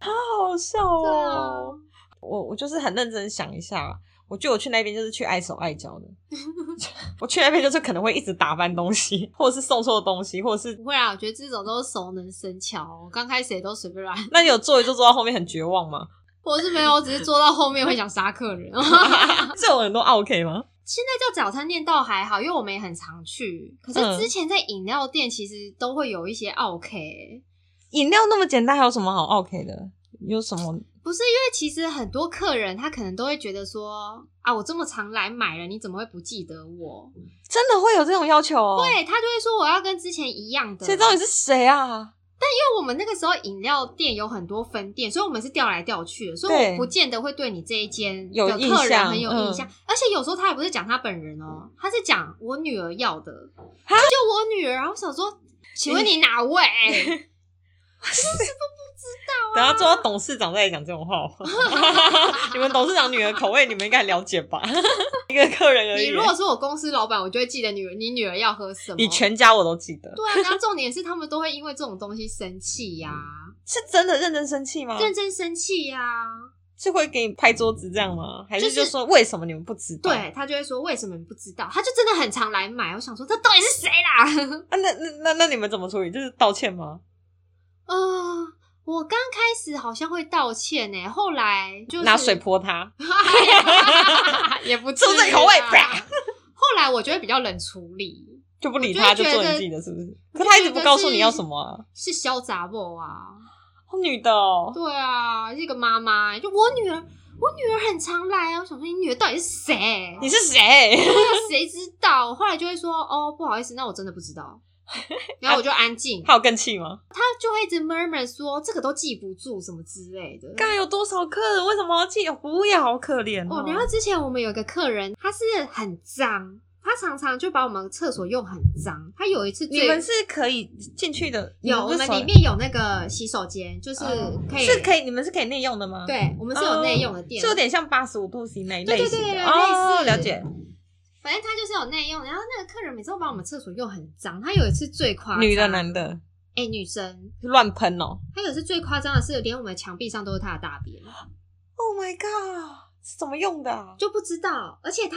S1: 好好笑
S2: 啊，
S1: 哦！我我就是很认真想一下，我觉得我去那边就是去碍手碍脚 的，我去那边就是可能会一直打翻东西，或者是送错东西，或者是
S2: 不会啊，我觉得这种都是熟能生巧，我刚开始也都随便乱，
S1: 那你有做一做做到后面很绝望吗？
S2: 我是没有，我只是做到后面会想杀客人。哦
S1: 这种人都 OK 吗？
S2: 现在叫早餐店倒还好，因为我们也很常去。可
S1: 嗯
S2: 是之前在饮料店其实都会有一些欸 OK，
S1: 饮料那么简单，还有什么好 OK 的？有什么？
S2: 不是因为其实很多客人他可能都会觉得说啊，我这么常来买了，你怎么会不记得我？
S1: 真的会有这种要求哦？
S2: 对他就会说我要跟之前一样的。
S1: 谁知道你是谁啊？
S2: 因为我们那个时候饮料店有很多分店，所以我们是调来调去的，所以
S1: 对
S2: 我不见得会对你这一间
S1: 有
S2: 的
S1: 印
S2: 客人
S1: 象
S2: 很有
S1: 嗯
S2: 印象。而且有时候他也不是讲他本人哦，他是讲我女儿要的，就我女儿。然后我想说，请问你哪 位？
S1: 等到做到董事长再讲这种话。哦 你们董事长女儿口味，你们应该很了解 吧？一个客人而已，
S2: 你如果是我公司老板，我就会记得女儿，你女儿要喝什么。
S1: 你全家我都记得，
S2: 对啊，然后重点是他们都会因为这种东西生气呀、
S1: 是真的认真生气吗？
S2: 认真生气呀、
S1: 是会给你拍桌子这样吗？还是
S2: 就
S1: 就
S2: 是
S1: 说为什么你们不知道？
S2: 对他就会说为什么你不知道？他就真的很常来买。我想说这到底是谁啦？
S1: 啊，那那那那你们怎么处理？就是道歉吗？
S2: 啊、我刚开始好像会道歉呢，后来就是
S1: 拿 水，泼他？
S2: 也不
S1: 重
S2: 至于
S1: 口味
S2: 啦
S1: 啪
S2: 后来我觉得比较冷处理，
S1: 就不理他，
S2: 我就
S1: 就
S2: 觉
S1: 做
S2: 得
S1: 你自己的，是不是？
S2: 我
S1: 可
S2: 就
S1: 他一直
S2: 觉得
S1: 不告诉你
S2: 是
S1: 要什么啊？
S2: 是潇洒不啊？
S1: 哦，女的哦，
S2: 对啊，一个妈妈，就我女儿，我女儿很常来啊。我想说你女儿到底是谁？
S1: 你是谁？
S2: 对啊 谁知道？后来就会说哦，不好意思，那我真的不 知道。然后我就
S1: 啊
S2: 安静，
S1: 还有更气吗？
S2: 他就会一直 murmur 说这个都记不住什么之类的。
S1: 刚有多少客人？为什么要气？不要，好可怜
S2: 哦，然后之前我们有一个客人，他是很脏，他常常就把我们厕所用很脏。他有一次最
S1: 你们是可以进去的，你
S2: 有我
S1: 不是
S2: 们
S1: 说
S2: 里面有那个洗手间，就是
S1: 嗯
S2: 可以、
S1: 是可
S2: 以，
S1: 以，你们是可以内用的吗？，
S2: 对我们是有内用的店，
S1: 是有点像八十五度 C 那一类
S2: 对对
S1: 型的
S2: 对对
S1: 哦，
S2: 类似
S1: 了解。
S2: 反正他就是有内用。然后那个客人每次都把我们厕所用很脏。他有一次最夸张，
S1: 女的男的
S2: 哎、女生，
S1: 乱喷哦
S2: 他有一次最夸张的是，连我们墙壁上都是他的大便，
S1: ，Oh my god，是怎么用的啊？
S2: 就不知道，而且他。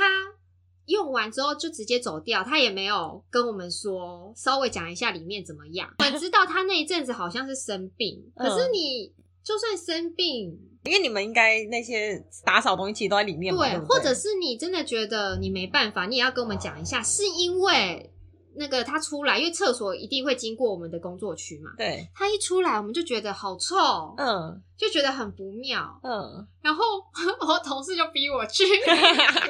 S2: 用完之后就直接走掉，他也没有跟我们说，稍微讲一下里面怎么样。我们知道他那一阵子好像是生 病，可是
S1: 嗯
S2: 你就算生病，
S1: 因为你们应该那些打扫东西其实都在里面嘛，
S2: 对，
S1: 对不对，
S2: 或者是你真的觉得你没办法，你也要跟我们讲一下，是因为那个他出来，因为厕所一定会经过我们的工作区嘛，
S1: 对，
S2: 他一出来我们就觉得好臭，
S1: 嗯
S2: 就觉得很不妙。
S1: 嗯，
S2: 然后 我同事就逼我 去，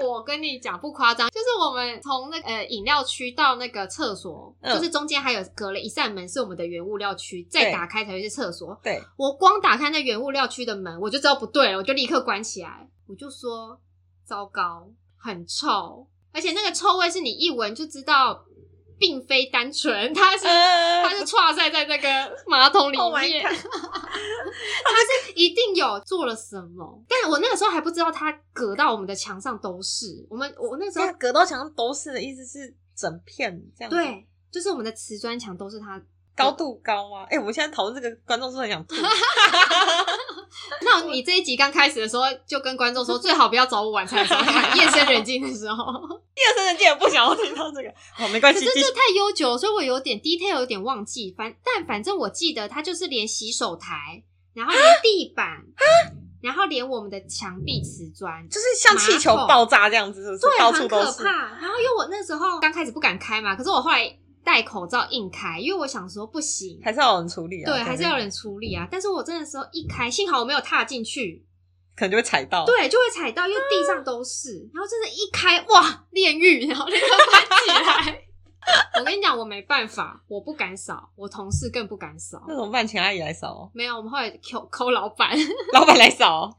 S2: 我跟你讲不夸张，就是我们从那个呃饮料区到那个厕所，
S1: 嗯
S2: 就是中间还有隔了一扇门是我们的原物料区，再
S1: 对
S2: 打开才会是厕所。
S1: 对，
S2: 我光打开那原物料区的门，我就知道不对了，我就立刻关起来。我就说：“糟糕，很臭，而且那个臭味是你一闻就知道，并非单纯，它是、
S1: 呃
S2: 它是 串塞在那个马桶里
S1: Oh my
S2: 面
S1: God
S2: 它是一定有做了什么。”但是我那个时候还不知道，它隔到我们的墙上都是。我们我那时候
S1: 它隔到墙上都是的意思是整片这样，，
S2: 对，就是我们的瓷砖墙都是它。
S1: 高度高吗？哎、我们现在讨论这个，观众是不是很想吐。
S2: 那你这一集刚开始的时候，就跟观众说，最好不要找我晚餐的时候看，夜深人静的时候。
S1: 健身的竟然不想要听到这个，好，没关
S2: 可
S1: 系
S2: 是，
S1: 继续
S2: 这太悠久了，所以我有点 detail 有点忘记。反但反正我记得，它就是连洗手台，然后连地板，然后连我们的墙壁瓷砖，
S1: 就是像气球爆炸这样子，是不是
S2: 对，
S1: 到
S2: 很
S1: 处都
S2: 可
S1: 是。
S2: 怕。然后因为我那时候刚开始不敢开嘛，可是我后来戴口罩硬开，因为我想说不行，
S1: 还是要有人处理啊，
S2: 对，还是要有人处理啊。但是我真的时候一开，幸好我没有踏进去，
S1: 可能就会踩到。，
S2: 对，就会踩到，因为地上都是。然后真的，一开哇，炼狱，然后立刻翻起来。 我跟你讲，我没办法，我不敢扫，我同事更不敢扫
S1: 那。怎么办？请阿姨来扫哦，
S2: 没有，我们后来抠抠老板。我
S1: 老板来扫哦。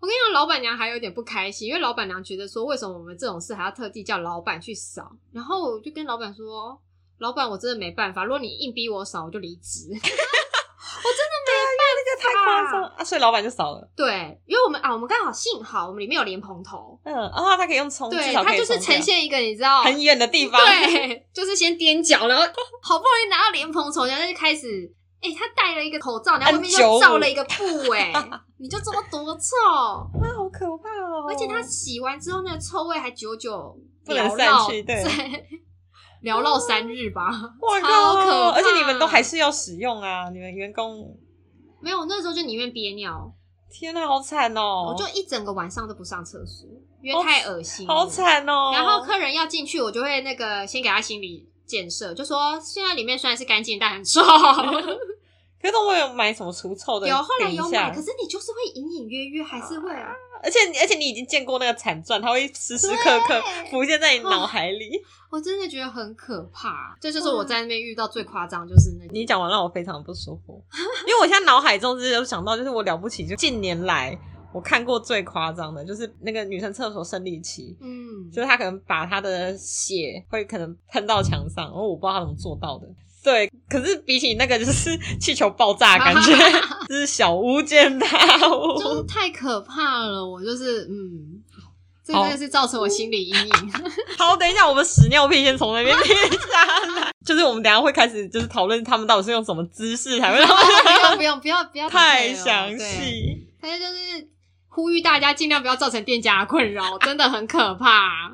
S2: 跟你讲，老板娘还有点不开心，因为老板娘觉得说，为什么我们这种事还要特地叫老板去扫？然后我就跟老板说，老板，我真的没办法，如果你硬逼我扫，我就离职。
S1: 这个太夸张啊！所以老板就扫了。
S2: 对，因为我们啊，我们刚好幸好我们里面有莲蓬头，
S1: 嗯，啊，他可以用冲，至
S2: 对，
S1: 少可
S2: 它
S1: 以
S2: 就是
S1: 冲掉
S2: 呈现一个你知道
S1: 很远的地方。， 啊
S2: 对，就是先踮脚，然后好不容易拿到莲蓬头，然后就开始，哎、他戴了一个口罩，然后外面又罩了一个布、哎，你就知道多 臭。
S1: 啊，好可怕哦！
S2: 而且他洗完之后，那个臭味还久久
S1: 不能
S2: 缭绕
S1: 散去对
S2: 缭绕三日吧。
S1: 哇
S2: 超可
S1: 靠！
S2: 怕
S1: 而且你们都还是要使用啊，你们员工，
S2: 没有，那时候就宁愿憋尿，
S1: 天哪，好惨哦！
S2: 我就一整个晚上都不上厕所，因为太恶心了
S1: 好惨哦。
S2: 然后客人要进去，我就会那个先给他心理建设，就说现在里面虽然是干净，但 很臭。
S1: 可是我有买什么除臭的，
S2: 有后来有
S1: 点一下
S2: 买，可是你就是会隐隐约约还是会啊，
S1: 而且而且你已经见过那个惨状，它会时时刻刻
S3: 对
S1: 浮现在你脑海 里。
S2: 我真的觉得很可怕。这就是我在那边遇到最夸张，就是那
S1: 你讲完让我非常不舒服，因为我现在脑海中只有想到，就是我了不起，就近年来我看过最夸张的，就是那个女生厕所生理期，
S2: 嗯，
S1: 就是他可能把他的血会可能喷到墙上，然后我不知道他怎么做到的。对，可是比起那个就是气球爆炸的感觉， 就是小巫见大
S2: 就是
S1: 巫。
S2: 太可怕了。我就是嗯，这
S1: 好
S2: 真的是造成我心理阴影。
S1: 好，等一下，我们屎尿屁先从那边撇下 来，就是我们等一下会开始就是讨论他们到底是用什么姿势才会 让他
S2: 哦 不用不用不要不要
S1: 太
S2: 了
S1: 详。
S2: 对
S1: 细。
S2: 他就是呼吁大家尽量不要造成店家的困扰，真的很可怕，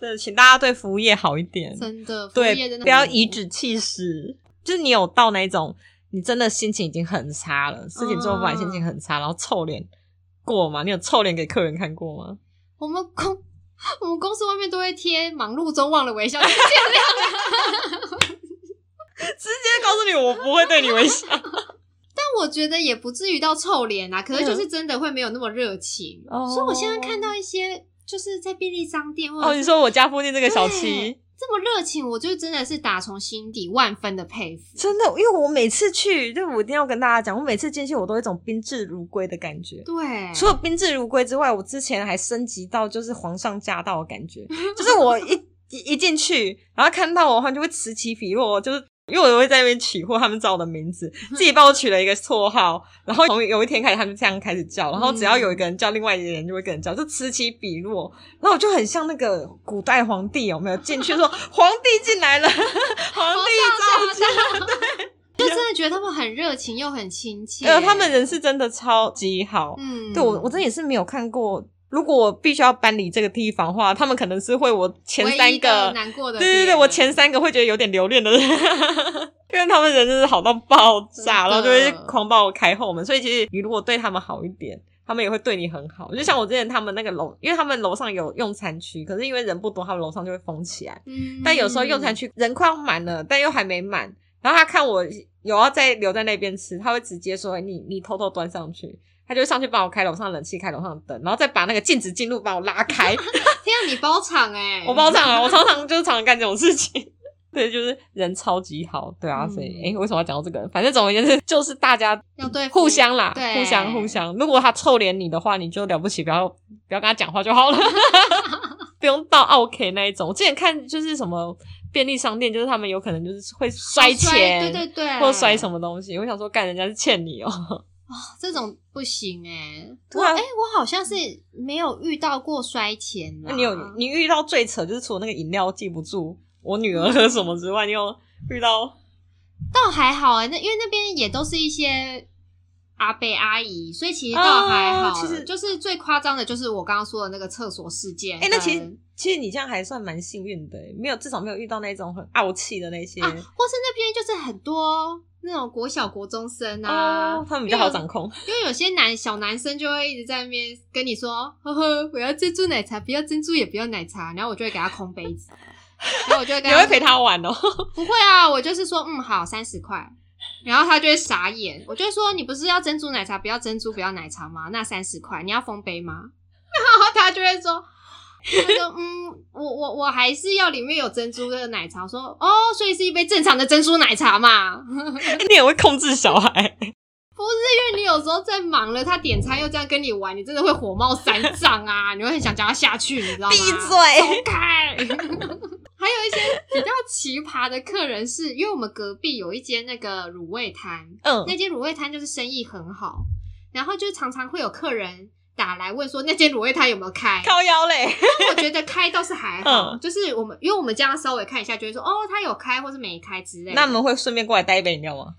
S1: 对，请大家对服务业好一点，
S2: 真的。服务业
S1: 对，
S2: 真的
S1: 不要
S2: 很
S1: 颐指气使。就是你有到那种你真的心情已经很差了，事情做不完，
S2: 嗯
S1: 心情很差，然后臭脸过吗？你有臭脸给客人看过吗？
S2: 我们公我们公司外面都会贴“忙碌中忘了微笑”，见谅。
S1: 直接告诉你，我不会对你微笑。
S2: 但我觉得也不至于到臭脸啊，可是就是真的会没有那么热情。
S1: 嗯哦
S2: 所以我现在看到一些就是在便利商店或 者
S1: 哦，
S2: 是
S1: 你说我家附近这个小
S2: 对
S1: 七，
S2: 这么热情，我就真的是打从心底万分的佩服。
S1: 真的，因为我每次去，就我一定要跟大家讲，我每次进去我都有一种宾至如归的感觉。
S2: 对，
S1: 除了宾至如归之外，我之前还升级到就是皇上驾到的感觉，就是我一一一进去，然后看到我的话就会此起彼落，就是。因为我会在那边取货，他们叫我的名字，自己帮我取了一个绰号，然后从有一天开始，他们就这样开始叫，然后只要有一个人叫，另外一个人就会跟人叫，就此起彼落。然后我就很像那个古代皇帝，有没有进去说皇帝进来了，皇 帝召见，
S2: 就真的觉得他们很热情又很亲切。
S1: 呃，他们人是真的超级好，
S2: 啊嗯，
S1: 对我，我真的也是没有看过。如果我必须要搬离这个地方的话，他们可能是会我前
S2: 唯一
S1: 三
S2: 的
S1: 个，
S2: 难过的
S1: 对对
S2: 点，
S1: 对，我前三个会觉得有点留恋的人，因为他们人真的是好到爆炸，
S2: 真的
S1: 然后就会狂帮我开后门。所以其实你如果对他们好一点，他们也会对你很好。就像我之前他们那个楼，因为他们楼上有用餐区，可是因为人不多，他们楼上就会封起来。
S2: 嗯，
S1: 但有时候用餐区人快要满了，但又还没满，然后他看我有要再留在那边吃，他会直接说欸你你偷偷端上去，他就会上去帮我开楼上冷气，开楼上的灯，然后再把那个禁止进入把我拉开，
S2: 天啊，你包场哎、
S1: 我包场啊，我常常就是常常干这种事情。 对，就是人超级好，对啊，所以
S2: 嗯
S1: 哎、诶为什么要讲到这个？反正总而言之，就是大家
S2: 要对付
S1: 互相啦，
S2: 对
S1: 互相互相。如果他臭脸你的话，你就了不起，不要不要跟他讲话就好了， 不用到 OK 那一种。我之前看就是什么便利商店，就是他们有可能就是会摔钱，
S2: 哦对对对，
S1: 或摔什么东西。我想说，干人家是欠你哦、
S2: 这种不行哎、
S1: 对
S2: 我
S1: 啊
S2: 哎、我好像是没有遇到过摔钱啦。
S1: 那你有你遇到最扯就是除了那个饮料记不住我女儿喝什么之外，你有遇到
S2: 倒还好哎、那因为那边也都是一些阿伯阿姨，所以其实倒还好。
S1: 哦其实
S2: 就是最夸张的就是我刚刚说的那个厕所事件。
S1: 哎、那其实
S2: 跟
S1: 其实你这样还算蛮幸运的、欸没有至少没有遇到那种很傲气的那些。
S2: 啊，或是那边就是很多那种国小国中生啊，
S1: 哦，他们比较好掌控，
S2: 因为有些男小男生就会一直在那边跟你说：“呵呵，我要珍珠奶茶，不要珍珠也不要奶茶。”然后我就会给他空杯子，然后我就会
S1: 你
S2: 跟他
S1: 会陪他玩哦、
S2: 不会啊，我就是说嗯好三十块，然后他就会傻眼。我就会说：“你不是要珍珠奶茶，不要珍珠不要奶茶吗？那三十块你要封杯吗？” 然后他就会说。他说：“嗯，我我我还是要里面有珍珠的奶茶。”我说：“哦，所以是一杯正常的珍珠奶茶嘛。”
S1: 你也会控制小孩，
S2: 不是因为你有时候在忙了，他点餐又这样跟你玩，你真的会火冒三丈啊！你会很想叫他下去，你知道吗？
S1: 嘴！
S2: 开！还有一些比较奇葩的客人是，因为我们隔壁有一间那个卤味摊，
S1: 嗯，
S2: 那间卤味摊就是生意很好，然后就常常会有客人打来问说那间卤味摊有没有 开。
S1: 靠腰嘞，
S2: 但我觉得开倒是还好，
S1: 嗯
S2: 就是我们因为我们这样稍微看一下，就会说哦，他有开或是没开之类的。
S1: 那我们会顺便过来带一杯饮料吗？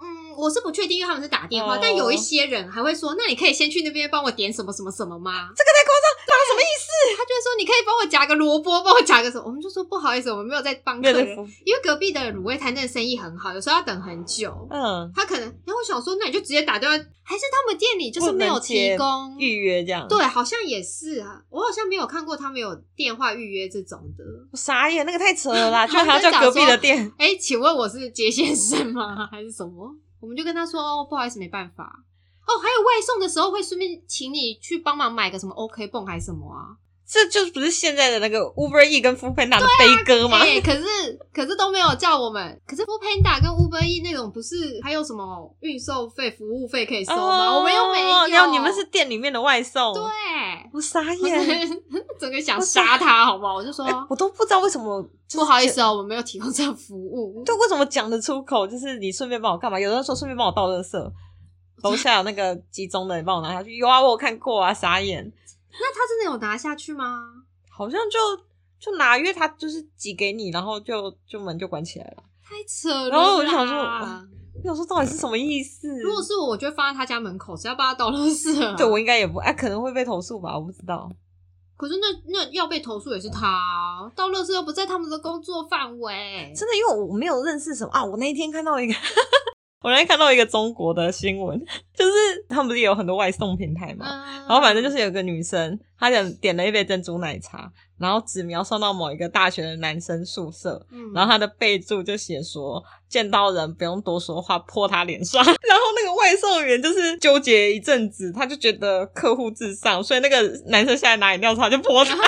S2: 嗯，我是不确定，因为他们是打电话，
S1: 哦
S2: 但有一些人还会说，那你可以先去那边帮我点什么什么什么吗？
S1: 这个太夸张，他什么意思？
S2: 他就会说，你可以帮我夹个萝卜，帮我夹个什么？我们就说不好意思，我们没有在帮
S1: 没
S2: 客
S1: 有在
S2: 人，因为隔壁的卤味摊真的生意很好，有时候要等很久。
S1: 嗯，
S2: 他可能，然后我想说，那你就直接打电话，还是他们店里就是没有提供
S1: 预约这样，，
S2: 对，好像也是啊，我好像没有看过他们有电话预约这种的。
S1: 傻眼，那个太扯了 啦，居然还要
S2: 他
S1: 叫
S2: 们就
S1: 隔壁
S2: 想说
S1: 的店，
S2: 哎、 请问我是接先生吗？还是什么？我们就跟他说，哦，不好意思，没办法。哦，还有外送的时候会顺便请你去帮忙买个什么 OK 泵还是什么啊？
S1: 这就不是现在的那个 Uber E 跟 f o o Panda 的悲歌吗？
S2: 哎、可是可是都没有叫我们，可是 f o o Panda 跟 Uber E 那种不是还有什么运售费、服务费可以收吗？
S1: 哦
S2: 我们又没有，
S1: 然后你们是店里面的外送，
S2: 对，
S1: 我傻眼，
S2: 我 整个想杀他，好不好？我就说、
S1: 哎我都不知道为什么，就是
S2: 不好意思哦，我们没有提供这个服务。
S1: 对，为什么讲得出口？就是你顺便帮我干嘛？有的人说顺便帮我倒垃圾，楼下有那个集中的，你帮我拿下去。有啊，我有看过啊，傻眼，
S2: 那他真的有拿下去吗？
S1: 好像就就拿，因为他就是寄给你，然后就就门就关起来了。
S2: 太扯了啦。
S1: 然后我就想说哇我想说到底是什么意思？
S2: 如果是我，我就会放在他家门口，谁要帮他倒垃圾啊？
S1: 对我应该也不哎、可能会被投诉吧，我不知道。
S2: 可是那那要被投诉也是他啊，倒垃圾又不在他们的工作范围。
S1: 真的，因为我没有认识什么啊。我那一天看到一个， 我那天看到一个中国的新闻，就是他们不是有很多外送平台嘛，
S2: 嗯
S1: 然后反正就是有个女生，她点点了一杯珍珠奶茶，然后只瞄上到某一个大学的男生宿舍，
S2: 嗯
S1: 然后她的备注就写说见到人不用多说话，泼他脸上。然 后那个外送员就是纠结一阵子，他就觉得客户至上，所以那个男生下来拿饮料，他就泼他。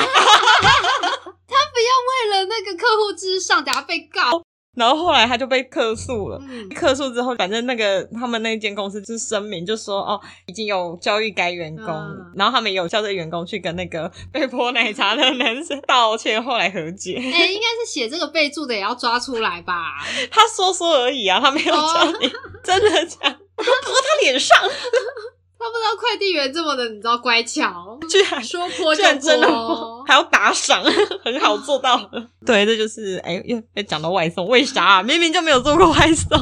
S2: 为了那个客户之上，等下被告。
S1: 然后后来他就被客诉了。
S2: 嗯，
S1: 客诉之后，反正那个他们那间公司就声明，就说哦，已经有教育该员工，
S2: 嗯
S1: 然后他们也有叫这个员工去跟那个被泼奶茶的男生道歉，后来和解。
S2: 哎、应该是写这个备注的也要抓出来吧？
S1: 他说说而已啊，他没有叫
S2: 哦
S1: 你、真的讲，我就泼他脸上，
S2: 他不知道快递员这么的，你知道乖 巧，
S1: 居然
S2: 说泼
S1: 居
S2: 就哦
S1: 然真的
S2: 泼。
S1: 还要打赏， 很好做到了。 对，这就是哎，又又讲到外送，为啥 啊、明明就没有做过外送？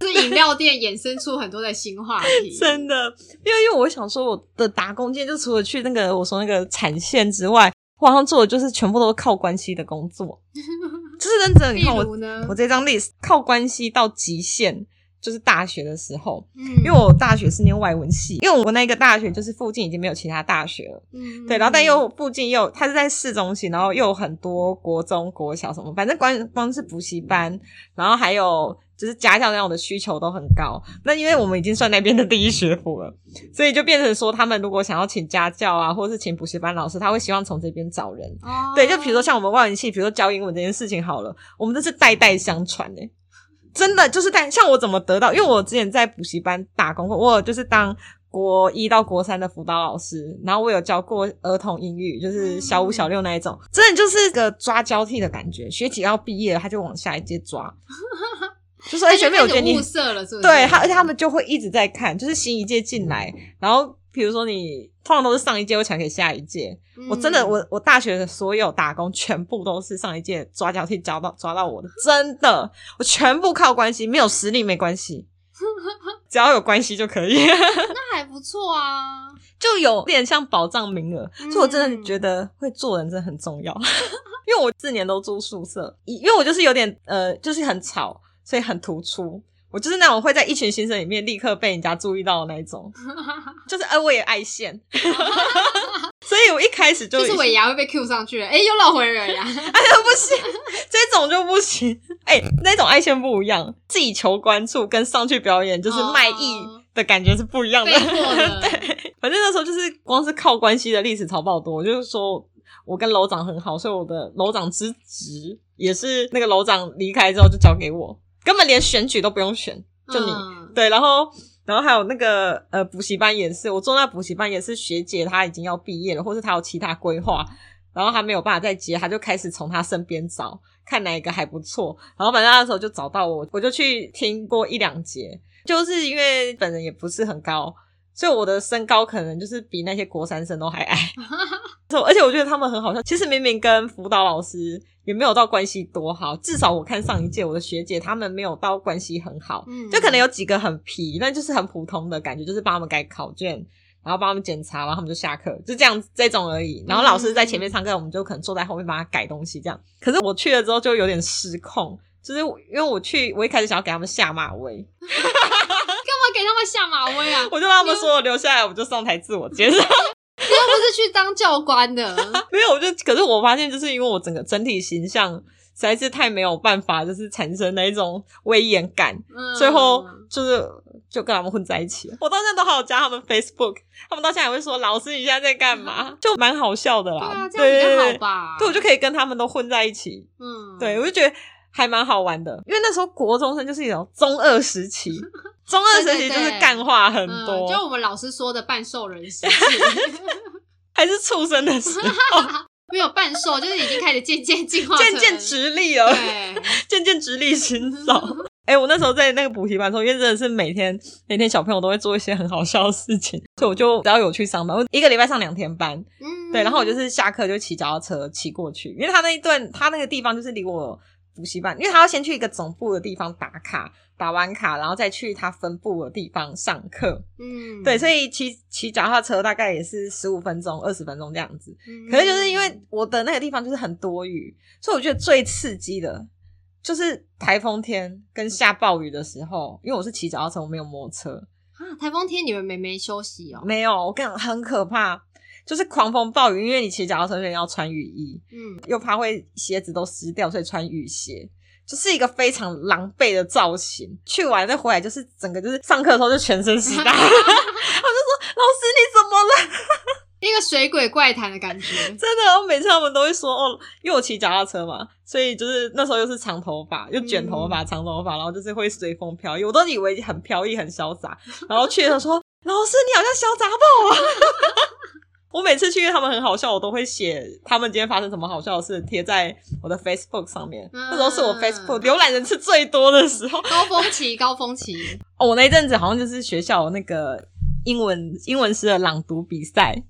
S2: 就是饮料店衍生出很多的新话题。
S1: 真的，因为因为我想说，我的打工经验就除了去那个我说那个产线之外，我好像做的就是全部都是靠关系的工 作，就是认真的。你
S2: 例
S1: 看我
S2: 如呢
S1: 我，这张 list 靠关系到极限，就是大学的时候，
S2: 嗯
S1: 因为我大学是念外文系，因为我那个大学就是附近已经没有其他大学了，
S2: 嗯
S1: 对，然后但又附近又它是在市中心，然后又有很多国中、国小什么，反正光光是补习班，然后还有就是家教那种的需求都很高。那因为我们已经算那边的第一学府了，所以就变成说，他们如果想要请家教啊，或是请补习班老师，他会希望从这边找人。
S2: 哦
S1: 对，就比如说像我们外文系，比如说教英文这件事情好了，我们这是代代相传诶、真的就是代像我怎么得到，因为我之前在补习班打工过，我有就是当国一到国三的辅导老师，然后我有教过儿童英语，就是小五小六那一
S2: 嗯
S1: 种，真的就是个抓交替的感觉，学姐要毕业了，他就往下一届 抓，就说哎、
S2: 他
S1: 学
S2: 就
S1: 妹我
S2: 开
S1: 觉得
S2: 始
S1: 你
S2: 物色了，是不嗯是？
S1: 对他，而且他们就会一直在看，就是新一届进来，然后比如说你通常都是上一届会传给下一届，
S2: 嗯
S1: 我真的，我我大学的所有打工全部都是上一届抓交替抓到抓到我的，真的，我全部靠关系，没有实力没关 系，只要有关系就可以，
S2: 那还不错啊。
S1: 就有点像保障名额。所以我真的
S2: 嗯
S1: 觉得会做人真的很重要， 因为我四年都住宿舍，以因为我就是有点呃，就是很吵，所以很突出。我就是那种会在一群新生里面立刻被人家注意到的那一 种，就是呃，我也爱现， 所以我一开始就
S2: 就是尾牙会被 Q 上去了，哎、又绕回了呀。
S1: 哎呀，不行，这种就不行。哎、那种爱线不一样，自己求关注跟上去表演就是卖艺
S2: 哦
S1: 的感觉是不一样的。
S2: 被迫的
S1: 对， 反正那时候就是光是靠关系的历史超爆多，就是说。我跟楼长很好，所以我的楼长之职也是那个楼长离开之后就交给我，根本连选举都不用选，就你、
S2: 嗯
S1: 对，然后然后还有那个呃补习班也是，我做那补习班也是学姐她已经要毕业了，或是她有其他规划，然后她没有办法再接，她就开始从她身边找，看哪一个还不错，然后反正那时候就找到我，我就去听过一两节，就是因为本人也不是很高。所以我的身高可能就是比那些国三生都还矮， 所以而且我觉得他们很好笑。其实明明跟辅导老师也没有到关系多好，至少我看上一届我的学姐他们没有到关系很好，
S2: 嗯
S1: 就可能有几个很皮，那就是很普通的感觉，就是帮他们改考卷，然后帮他们检查，然后他们就下课，就这样子这种而已。然后老师在前面上课，我们就可能坐在后面帮他改东西这样。可是我去了之后就有点失控，就是因为我去，我一开始想要给他们下马威，
S2: 干嘛给他们下马威啊？
S1: 我就让他们说我留下来，我就上台自我介绍。
S2: 你又不是去当教官的，
S1: 没有，我就可是我发现，就是因为我整个整体形象实在 是太没有办法，就是产生那一种威严感，
S2: 嗯、
S1: 最后就是就跟他们混在一起了。我到现在都还有加他们 Facebook，他们到现在还会说：“老师，你现在在干嘛？” 就蛮好笑的
S2: 对啊，
S1: 啦。
S2: 这样比较
S1: 对
S2: 好吧？
S1: 对，我就可以跟他们都混在一起。
S2: 嗯，
S1: 对，我就觉得还蛮好玩的，因为那时候国中生就是一种中二时 期，中二时期就是干话很
S2: 嗯，
S1: 多，
S2: 就我们老师说的半兽人时期，
S1: 还是畜生的时候，
S2: 没有半兽，就是已经开始渐渐进化成，
S1: 渐渐直立了，
S2: 对，
S1: 渐渐直立行走。 哎、我那时候在那个补习班的时候，因为真的是每天每天小朋友都会做一些很好笑的事情，所以我就只要有去上班，我一个礼拜上两天班，
S2: 嗯，
S1: 对，然后我就是下课就骑脚踏车骑过去，因为他那一段他那个地方就是离我补习班，因为他要先去一个总部的地方打卡，打完卡然后再去他分部的地方上课，
S2: 嗯，
S1: 对，所以骑骑脚踏车大概也是十五分钟、二十分钟这样子。
S2: 以
S1: 可是就是因为我的那个地方就是很多雨，所以我觉得最刺激的就是台风天跟下暴雨的时候，因为我是骑脚踏车，我没有摩托车，
S2: 啊，台风天你们没没休息哦，
S1: 没有，我跟你讲很可怕。就是狂风暴雨，因为你骑脚踏车，所以要穿雨衣。
S2: 嗯，
S1: 又怕会鞋子都湿掉，所以穿雨鞋，就是一个非常狼狈的造型。去完再回来，就是整个就是上课的时候就全身湿哒， 我就说老师你怎么了？，
S2: 一个水鬼怪谈的感觉
S1: 真的，我每次他们都会说哦，因为我骑脚踏车嘛，所以就是那时候又是长头发，又卷头发、长头发，然后就是会随风飘逸。我都以为很飘逸、很潇洒，然后去的时候说老师你好像潇洒爆啊！我每次去，因为他们很好笑，我都会写他们今天发生什么好笑的事，贴在我的 Facebook 上面。
S2: 嗯
S1: 那时候是我 Facebook 浏览人次最多的时候。
S2: 高峰期，高峰期，
S1: 哦，我那一阵子好像就是学校有那个英文英文诗的朗读比赛，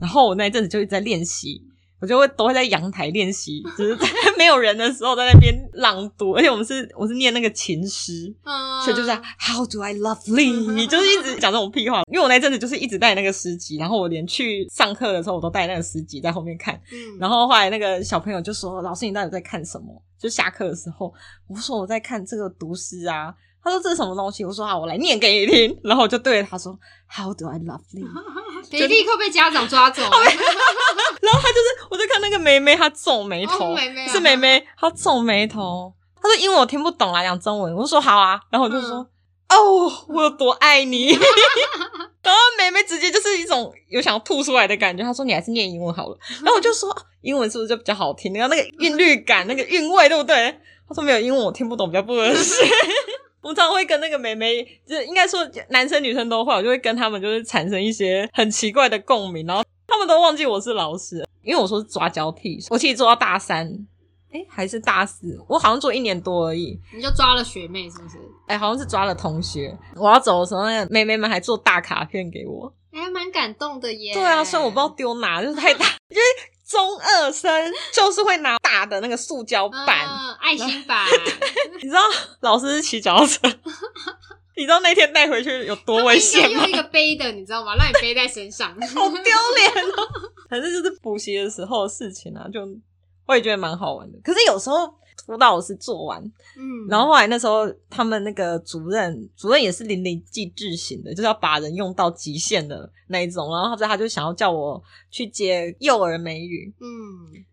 S1: 然后我那一阵子就一直在练习，我就会都会在阳台练习，就是在没有人的时候在那边朗读，而且我们是我是念那个琴诗。
S2: 嗯，
S1: 所以就是 How do I lovely，你就是一直讲这种屁话。因为我那一阵子就是一直带那个诗集，然后我连去上课的时候我都带那个诗集在后面看。
S2: 嗯，
S1: 然后后来那个小朋友就说：“老师，你到底在看什么？”就下课的时候，我说我在看这个读诗啊。他说这是什么东西？我说好，我来念给你听。然后我就对着他说：“How do I love you？”
S2: 你立刻被家长 抓走，啊
S1: 然后他就是，我就看那个妹妹，她皱眉头，
S2: 哦妹妹啊
S1: 是妹妹，她皱眉头。她说英文我听不懂啦，讲中文。我说好啊，然后我就说、哦，我有多爱你。 然后妹妹直接就是一种有想要吐出来的感觉。她说你还是念英文好了。然后我就说啊英文是不是就比较好听？然后那个韵律感、那个韵味，对不对？她说没有，英文我听不懂，比较不合适。我常常会跟那个妹妹，就是应该说男生女生都会，我就会跟他们就是产生一些很奇怪的共鸣，然后他们都忘记我是老师，因为我说是抓交替，我其实做到大三，哎、还是大四，我好像做一年多而已，
S2: 你就抓了学妹是不是？
S1: 哎、好像是抓了同学。我要走的时候，那个妹妹们还做大卡片给我。
S2: 哎，蛮感动的耶。
S1: 对啊，虽然我不知道丢哪，就是太大，因为中二生就是会拿大的那个塑胶板，
S2: 嗯，爱心版，
S1: 你知道老师是骑脚踏车， 你知道那天带回去有 多危险吗
S2: 用？一个背的，你知道吗？让你背在身 上，
S1: 好丢脸哦！反正就是补习的时候的事情啊，就我也觉得蛮好玩的。可是有时候辅导老师做完，
S2: 嗯，
S1: 然后后来那时候他们那个主任，主任也是淋漓尽致型的，就是要把人用到极限的那一种。然后他他就想要叫我去接幼儿美语，
S2: 嗯，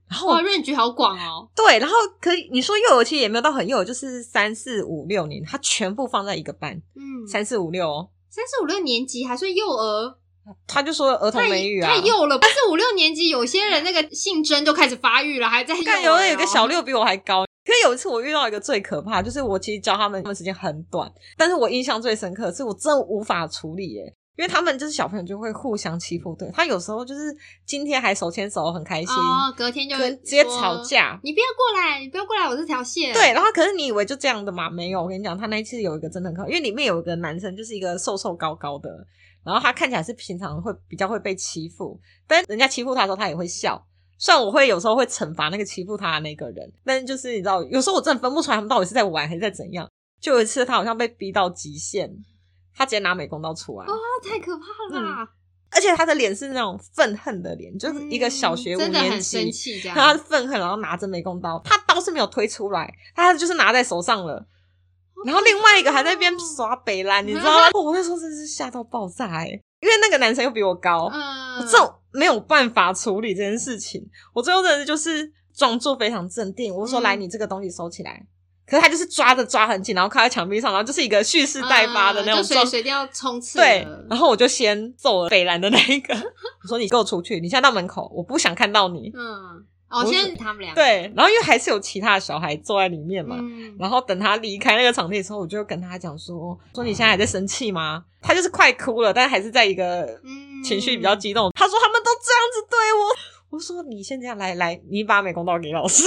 S1: 然后我
S2: 哇，润局好广哦，
S1: 对，然后可以你说幼儿其实也没有到很幼儿，就是三四五六年，他全部放在一个班，
S2: 嗯，三
S1: 三四五六哦。
S2: 四五六年级还算幼儿，
S1: 他就说儿童
S2: 太
S1: 美语啊，
S2: 太幼了。但是五六年级有些人那个性征都开始发育了，还在幼
S1: 干
S2: 儿
S1: 有
S2: 哦
S1: 的有个小六比我还高。可是有一次我遇到一个最可怕，就是我其实教他们，他们时间很短，但是我印象最深刻的是我真的无法处理耶，因为他们就是小朋友就会互相欺负，对他有时候就是今天还手牵手很开心，
S2: 哦，隔天就
S1: 可能直接吵
S2: 说，
S1: 架。
S2: 你不要过来，你不要过来，我这条线。
S1: 对，，然后可是你以为就这样的嘛？没有，我跟你讲，他那一次有一个真的很可怕，因为里面有一个男生就是一个瘦瘦高高的，然后他看起来是平常会比较会被欺负，但人家欺负他的时候他也会笑。虽然我会有时候会惩罚那个欺负他的那个人，但是就是你知道，有时候我真的分不出来他们到底是在玩还是在怎样。就有一次他好像被逼到极限，他直接拿美工刀出来，
S2: 哦太可怕了吧，
S1: 而且他的脸是那种愤恨的脸，就是一个小学
S2: 嗯
S1: 五
S2: 真的
S1: 年
S2: 很
S1: 级，
S2: 生气这样。
S1: 然后他愤恨，然后拿着美工刀，他刀是没有推出来，他就是拿在手上了。然后另外一个还在那边
S2: 哦
S1: 耍北兰，你知 道吗？我那时候真是吓到爆炸哎、因为那个男生又比我高，我
S2: 嗯，
S1: 这种没有办法处理这件事情。我最后真的就是装作非常镇定，我说：“
S2: 嗯
S1: 来，你这个东西收起来。”可是他就是抓着抓很紧，然后靠在墙壁上，然后就是一个蓄势待发的那种
S2: 嗯就随
S1: 状态。
S2: 随便要冲刺了。
S1: 对，然后我就先揍了北兰的那一个， 我说你给我出去，你现在到门口，我不想看到你。
S2: 嗯，
S1: 我
S2: 哦，现在他们俩
S1: 对，然后因为还是有其他的小孩坐在里面嘛，
S2: 嗯，
S1: 然后等他离开那个场地的时候，我就跟他讲说：“说你现在还在生气吗？”他就是快哭了，但还是在一个
S2: 嗯
S1: 情绪比 较激动。他说：“他们都这样子对我。”我说：“你先这样来来，你把美工刀给老 师，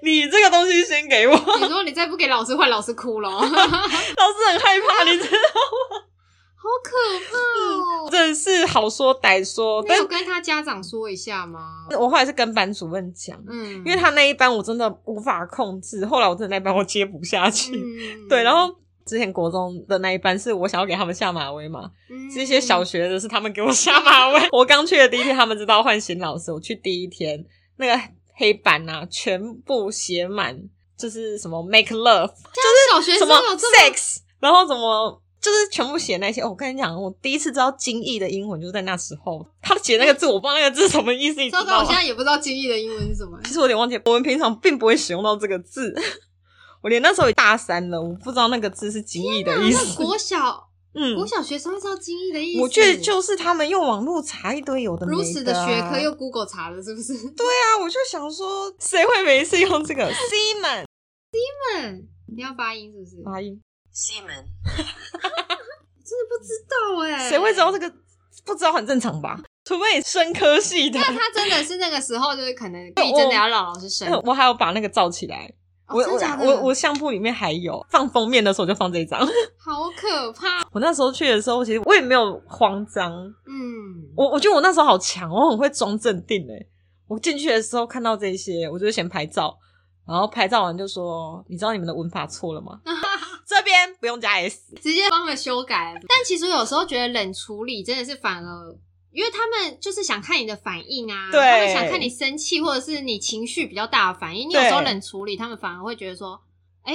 S1: 你这个东西先给我。”
S2: 你说你再不给老师换，老师 哭了，好
S1: 老师很害 怕，你知道
S2: 可怕
S1: 吗？
S2: 哦。
S1: 真的是好说歹说，
S2: 那
S1: 但
S2: 有跟他家长说一下吗？
S1: 我后来是跟班主任讲，
S2: 嗯，
S1: 因为他那一班我真的无法控制，后来我真的那一班我接不下去，
S2: 嗯
S1: 对，然后。之前国中的那一班是我想要给他们下马威嘛，这些小
S2: 嗯
S1: 学的是他们给我下马 威。我刚去的第一天，他们知道换新老师，我去第一天那个黑板啊，全部写满就是什么 make love，
S2: 小学
S1: 什
S2: 生
S1: 么
S2: 哎有这么
S1: sex，然后怎么就是全部写那些。哦我跟你讲，我第一次知道“精益”的英文就是在那时候，他写那个字，我不知道那个字是什么意思，你知
S2: 糟
S1: 道
S2: 糕，我
S1: 吗
S2: 现？在也不知道精益的英文是什么。
S1: 其实我有点忘记，我们平常并不会使用到这个字。我连那时候也大三了，我不知道那个字是“精益”的意
S2: 那
S1: 思。
S2: 国小
S1: 嗯，
S2: 国小学生会知道精益的意思？
S1: 我觉得就是他们用网络查一堆有的没的、啊，
S2: 如此的学科又 Google 查了，是不是？
S1: 对啊，我就想说，谁会没事用这个 semen
S2: 嗯， 你要发音是不是？
S1: 发音？
S3: Seaman.
S2: 真的不知道哎，
S1: 谁会知道这个？不知道很正常吧？除非你生科系的。
S2: 那他真的是那个时候，就是可 能故意真的要让老师生
S1: 哎
S2: 气。
S1: 我还有把那个罩起来，
S2: 哦
S1: 我
S2: 真假的
S1: 我我我相簿里面还有放封面的时候就放这一张。
S2: 好可怕。
S1: 我那时候去的时候，其实我也没有慌张，
S2: 嗯，
S1: 我我觉得我那时候好强，我很会装镇定诶、我进去的时候看到这些，我就先拍照，然后拍照完就说：“你知道你们的文法错了吗？ 这边不用加 s，
S2: 直接帮他们修改。但其实有时候觉得冷处理真的是反而。因为他们就是想看你的反应啊，
S1: 对
S2: 他们想看你生气或者是你情绪比较大的反应。你有
S1: 对
S2: 时候冷处理，他们反而会觉得说，哎、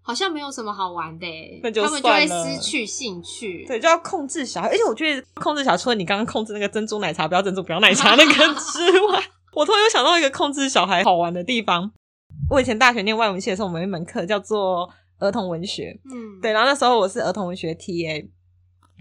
S2: 好像没有什么好玩的、欸，
S1: 那就
S2: 他们就会
S1: 算了
S2: 失去兴趣。
S1: 对，就要控制小孩。而且我觉得控制小孩，除了你刚刚控制那个珍珠奶茶不要珍珠不要奶茶那个之外，我突然又想到一个控制小孩好玩的地方。我以前大学念外文系的时候，我们有一门课叫做儿童文学，
S2: 嗯，
S1: 对，然后那时候我是儿童文学 TA，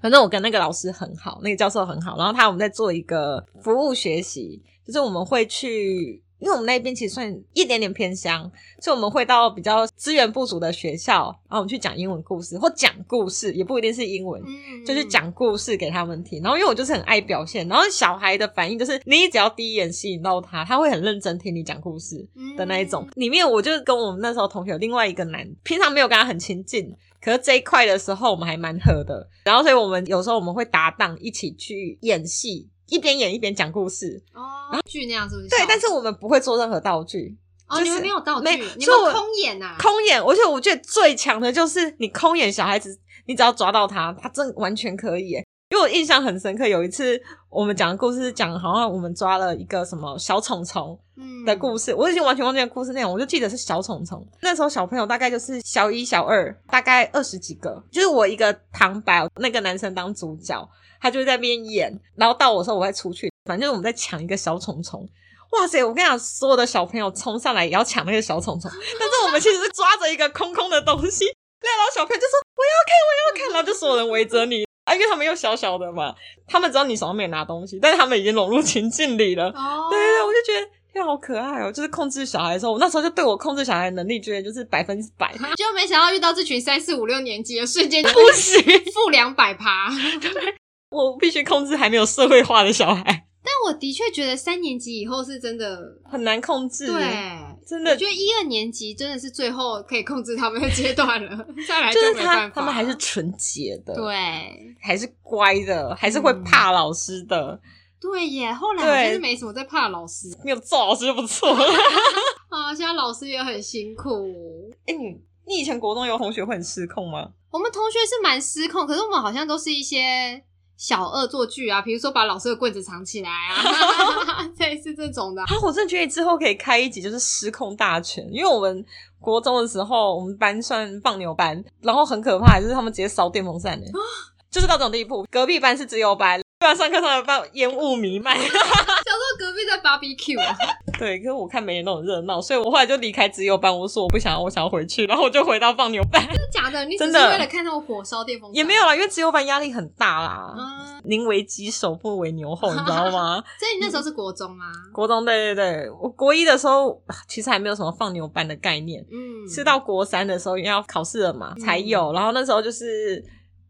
S1: 反正我跟那个老师很好，那个教授很好，然后他我们在做一个服务学习，就是我们会去，因为我们那边其实算一点点偏乡，所以我们会到比较资源不足的学校，然后我们去讲英文故事或讲故事，也不一定是英文。
S2: 嗯，
S1: 就是讲故事给他们听，然后因为我就是很爱表现，然后小孩的反应就是你只要第一眼吸引到他，他会很认真听你讲故事，
S2: 嗯
S1: 的那一种。里面我就跟我们那时候同学有另外一个男，平常没有跟他很亲近，可是这一块的时候我们还蛮合的。然后所以我们有时候我们会搭档一起去演戏，一边演一边讲故事。
S2: 哦，剧那样是不是？
S1: 啊对，但是我们不会做任何道具，
S2: 哦，
S1: 就是
S2: 你们没有道具
S1: 没，
S2: 你
S1: 所以
S2: 们
S1: 我
S2: 空演呐、啊，
S1: 空演。而且我觉得最强的就是你空演小孩子，你只要抓到他，他真的完全可以耶。因为我印象很深刻，有一次我们讲的故事是讲，好像我们抓了一个什么小虫虫，
S2: 嗯
S1: 的故事，我已经完全忘记了故事内容，我就记得是小虫虫。那时候小朋友大概就是小一、小二，大概二十几个，就是我一个旁白，那个男生当主角，他就在那边演，然后到我的时候我再出去，反正就是我们在抢一个小虫虫。哇塞！我跟你讲，所有的小朋友冲上来也要抢那个小虫虫，但是我们其实是抓着一个空空的东西， 对，然后小朋友就说我要看，我要看，然后就所有人围着你。啊，因为他们又小小的嘛，他们知道你手上没有拿东西，但是他们已经融入情境里了，
S2: 哦，
S1: 对对，我就觉得天啊好可爱哦！就是控制小孩的时候，我那时候就对我控制小孩的能力，觉得就是百分之 百
S2: 就没想到遇到这群三四五六 年级的，瞬间就
S1: 不行，
S2: 负两百 趴。
S1: 我必须控制还没有社会化的小孩，
S2: 但我的确觉得三年级以后是真的，
S1: 很难控制。
S2: 对，，
S1: 真
S2: 我
S1: 的
S2: 觉得一二年级真的是最后可以控制他们的阶段 了，再来
S1: 就是
S2: 没
S1: 他
S2: 办法。
S1: 他们还是纯洁的，，
S2: 对嗯
S1: 还是乖的，还是会怕老师的，
S2: 对耶，后来
S1: 对
S2: 我就是没什么在怕老师
S1: 没有揍老师就不错了。
S2: 啊，现在老师也很辛苦。
S1: 哎、你你以前国中有同学会很失控吗？
S2: 我们同学是蛮失控，可是我们好像都是一些小恶作剧啊，比如说把老师的棍子藏起来 啊， 类似这种的啊。
S1: 啊，我真的觉得之后可以开一集，就是失控大全，因为我们国中的时候，我们班算放牛班，然后很可怕，就是他们直接烧电风扇、欸，就是到这种地步。隔壁班是自由班，不然上课上到一半烟雾弥漫。
S2: 小时候隔壁在 barbecue，啊
S1: 对，可是我看每天都很热闹，所以我后来就离开自由班，我说我不想要，我想要回去，然后我就回到放牛班，
S2: 真的假的？你只是
S1: 真的
S2: 为了看那种火烧电风扇
S1: 也没有，啦，因为自由班压力很大啦，
S2: 嗯，
S1: 宁为鸡首不为牛后，你知道吗？
S2: 所以你那时候是国中啊吗？
S1: 国中对对对，我国一的时候啊其实还没有什么放牛班的概念，
S2: 嗯，
S1: 是到国三的时候因为要考试了嘛
S2: 嗯
S1: 才有，然后那时候就是。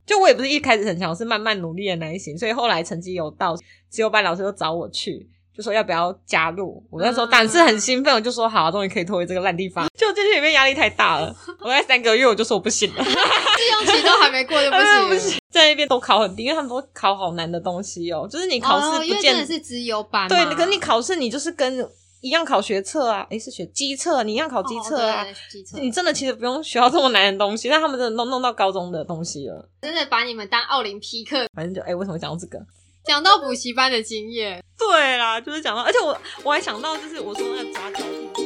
S1: 就我也不是一开始很强，我是慢慢努力的那一型，所以后来成绩有到，自由班老师就找我去，就说要不要加入。我那时候胆是
S2: 嗯
S1: 很兴奋，我就说好、啊，终于可以脱离这个烂地方。就进去里面压力太大了，我在三个月我就说我不行 了，
S2: 试用期都还没过就不
S1: 哎
S2: 行，哦
S1: 不行，在那边都考很低，因为他们都考好难的东西哦，就是你考
S2: 哦
S1: 试
S2: 因
S1: 不
S2: 为
S1: 见、
S2: 真的是资优班嘛，
S1: 对，可你考试你就是跟一样考学测啊，诶，是学机测，你一样考机测啊。
S2: 哦，对机测，
S1: 你真的其实不用学到这么难的东西，但他们真的弄弄到高中的东西了。
S2: 真的把你们当奥林匹克。
S1: 反正就诶，哎为什么讲到这个？
S2: 讲到补习班的经验，
S1: 对啦，就是讲到，而且我我还想到，就是我说那个抓交替。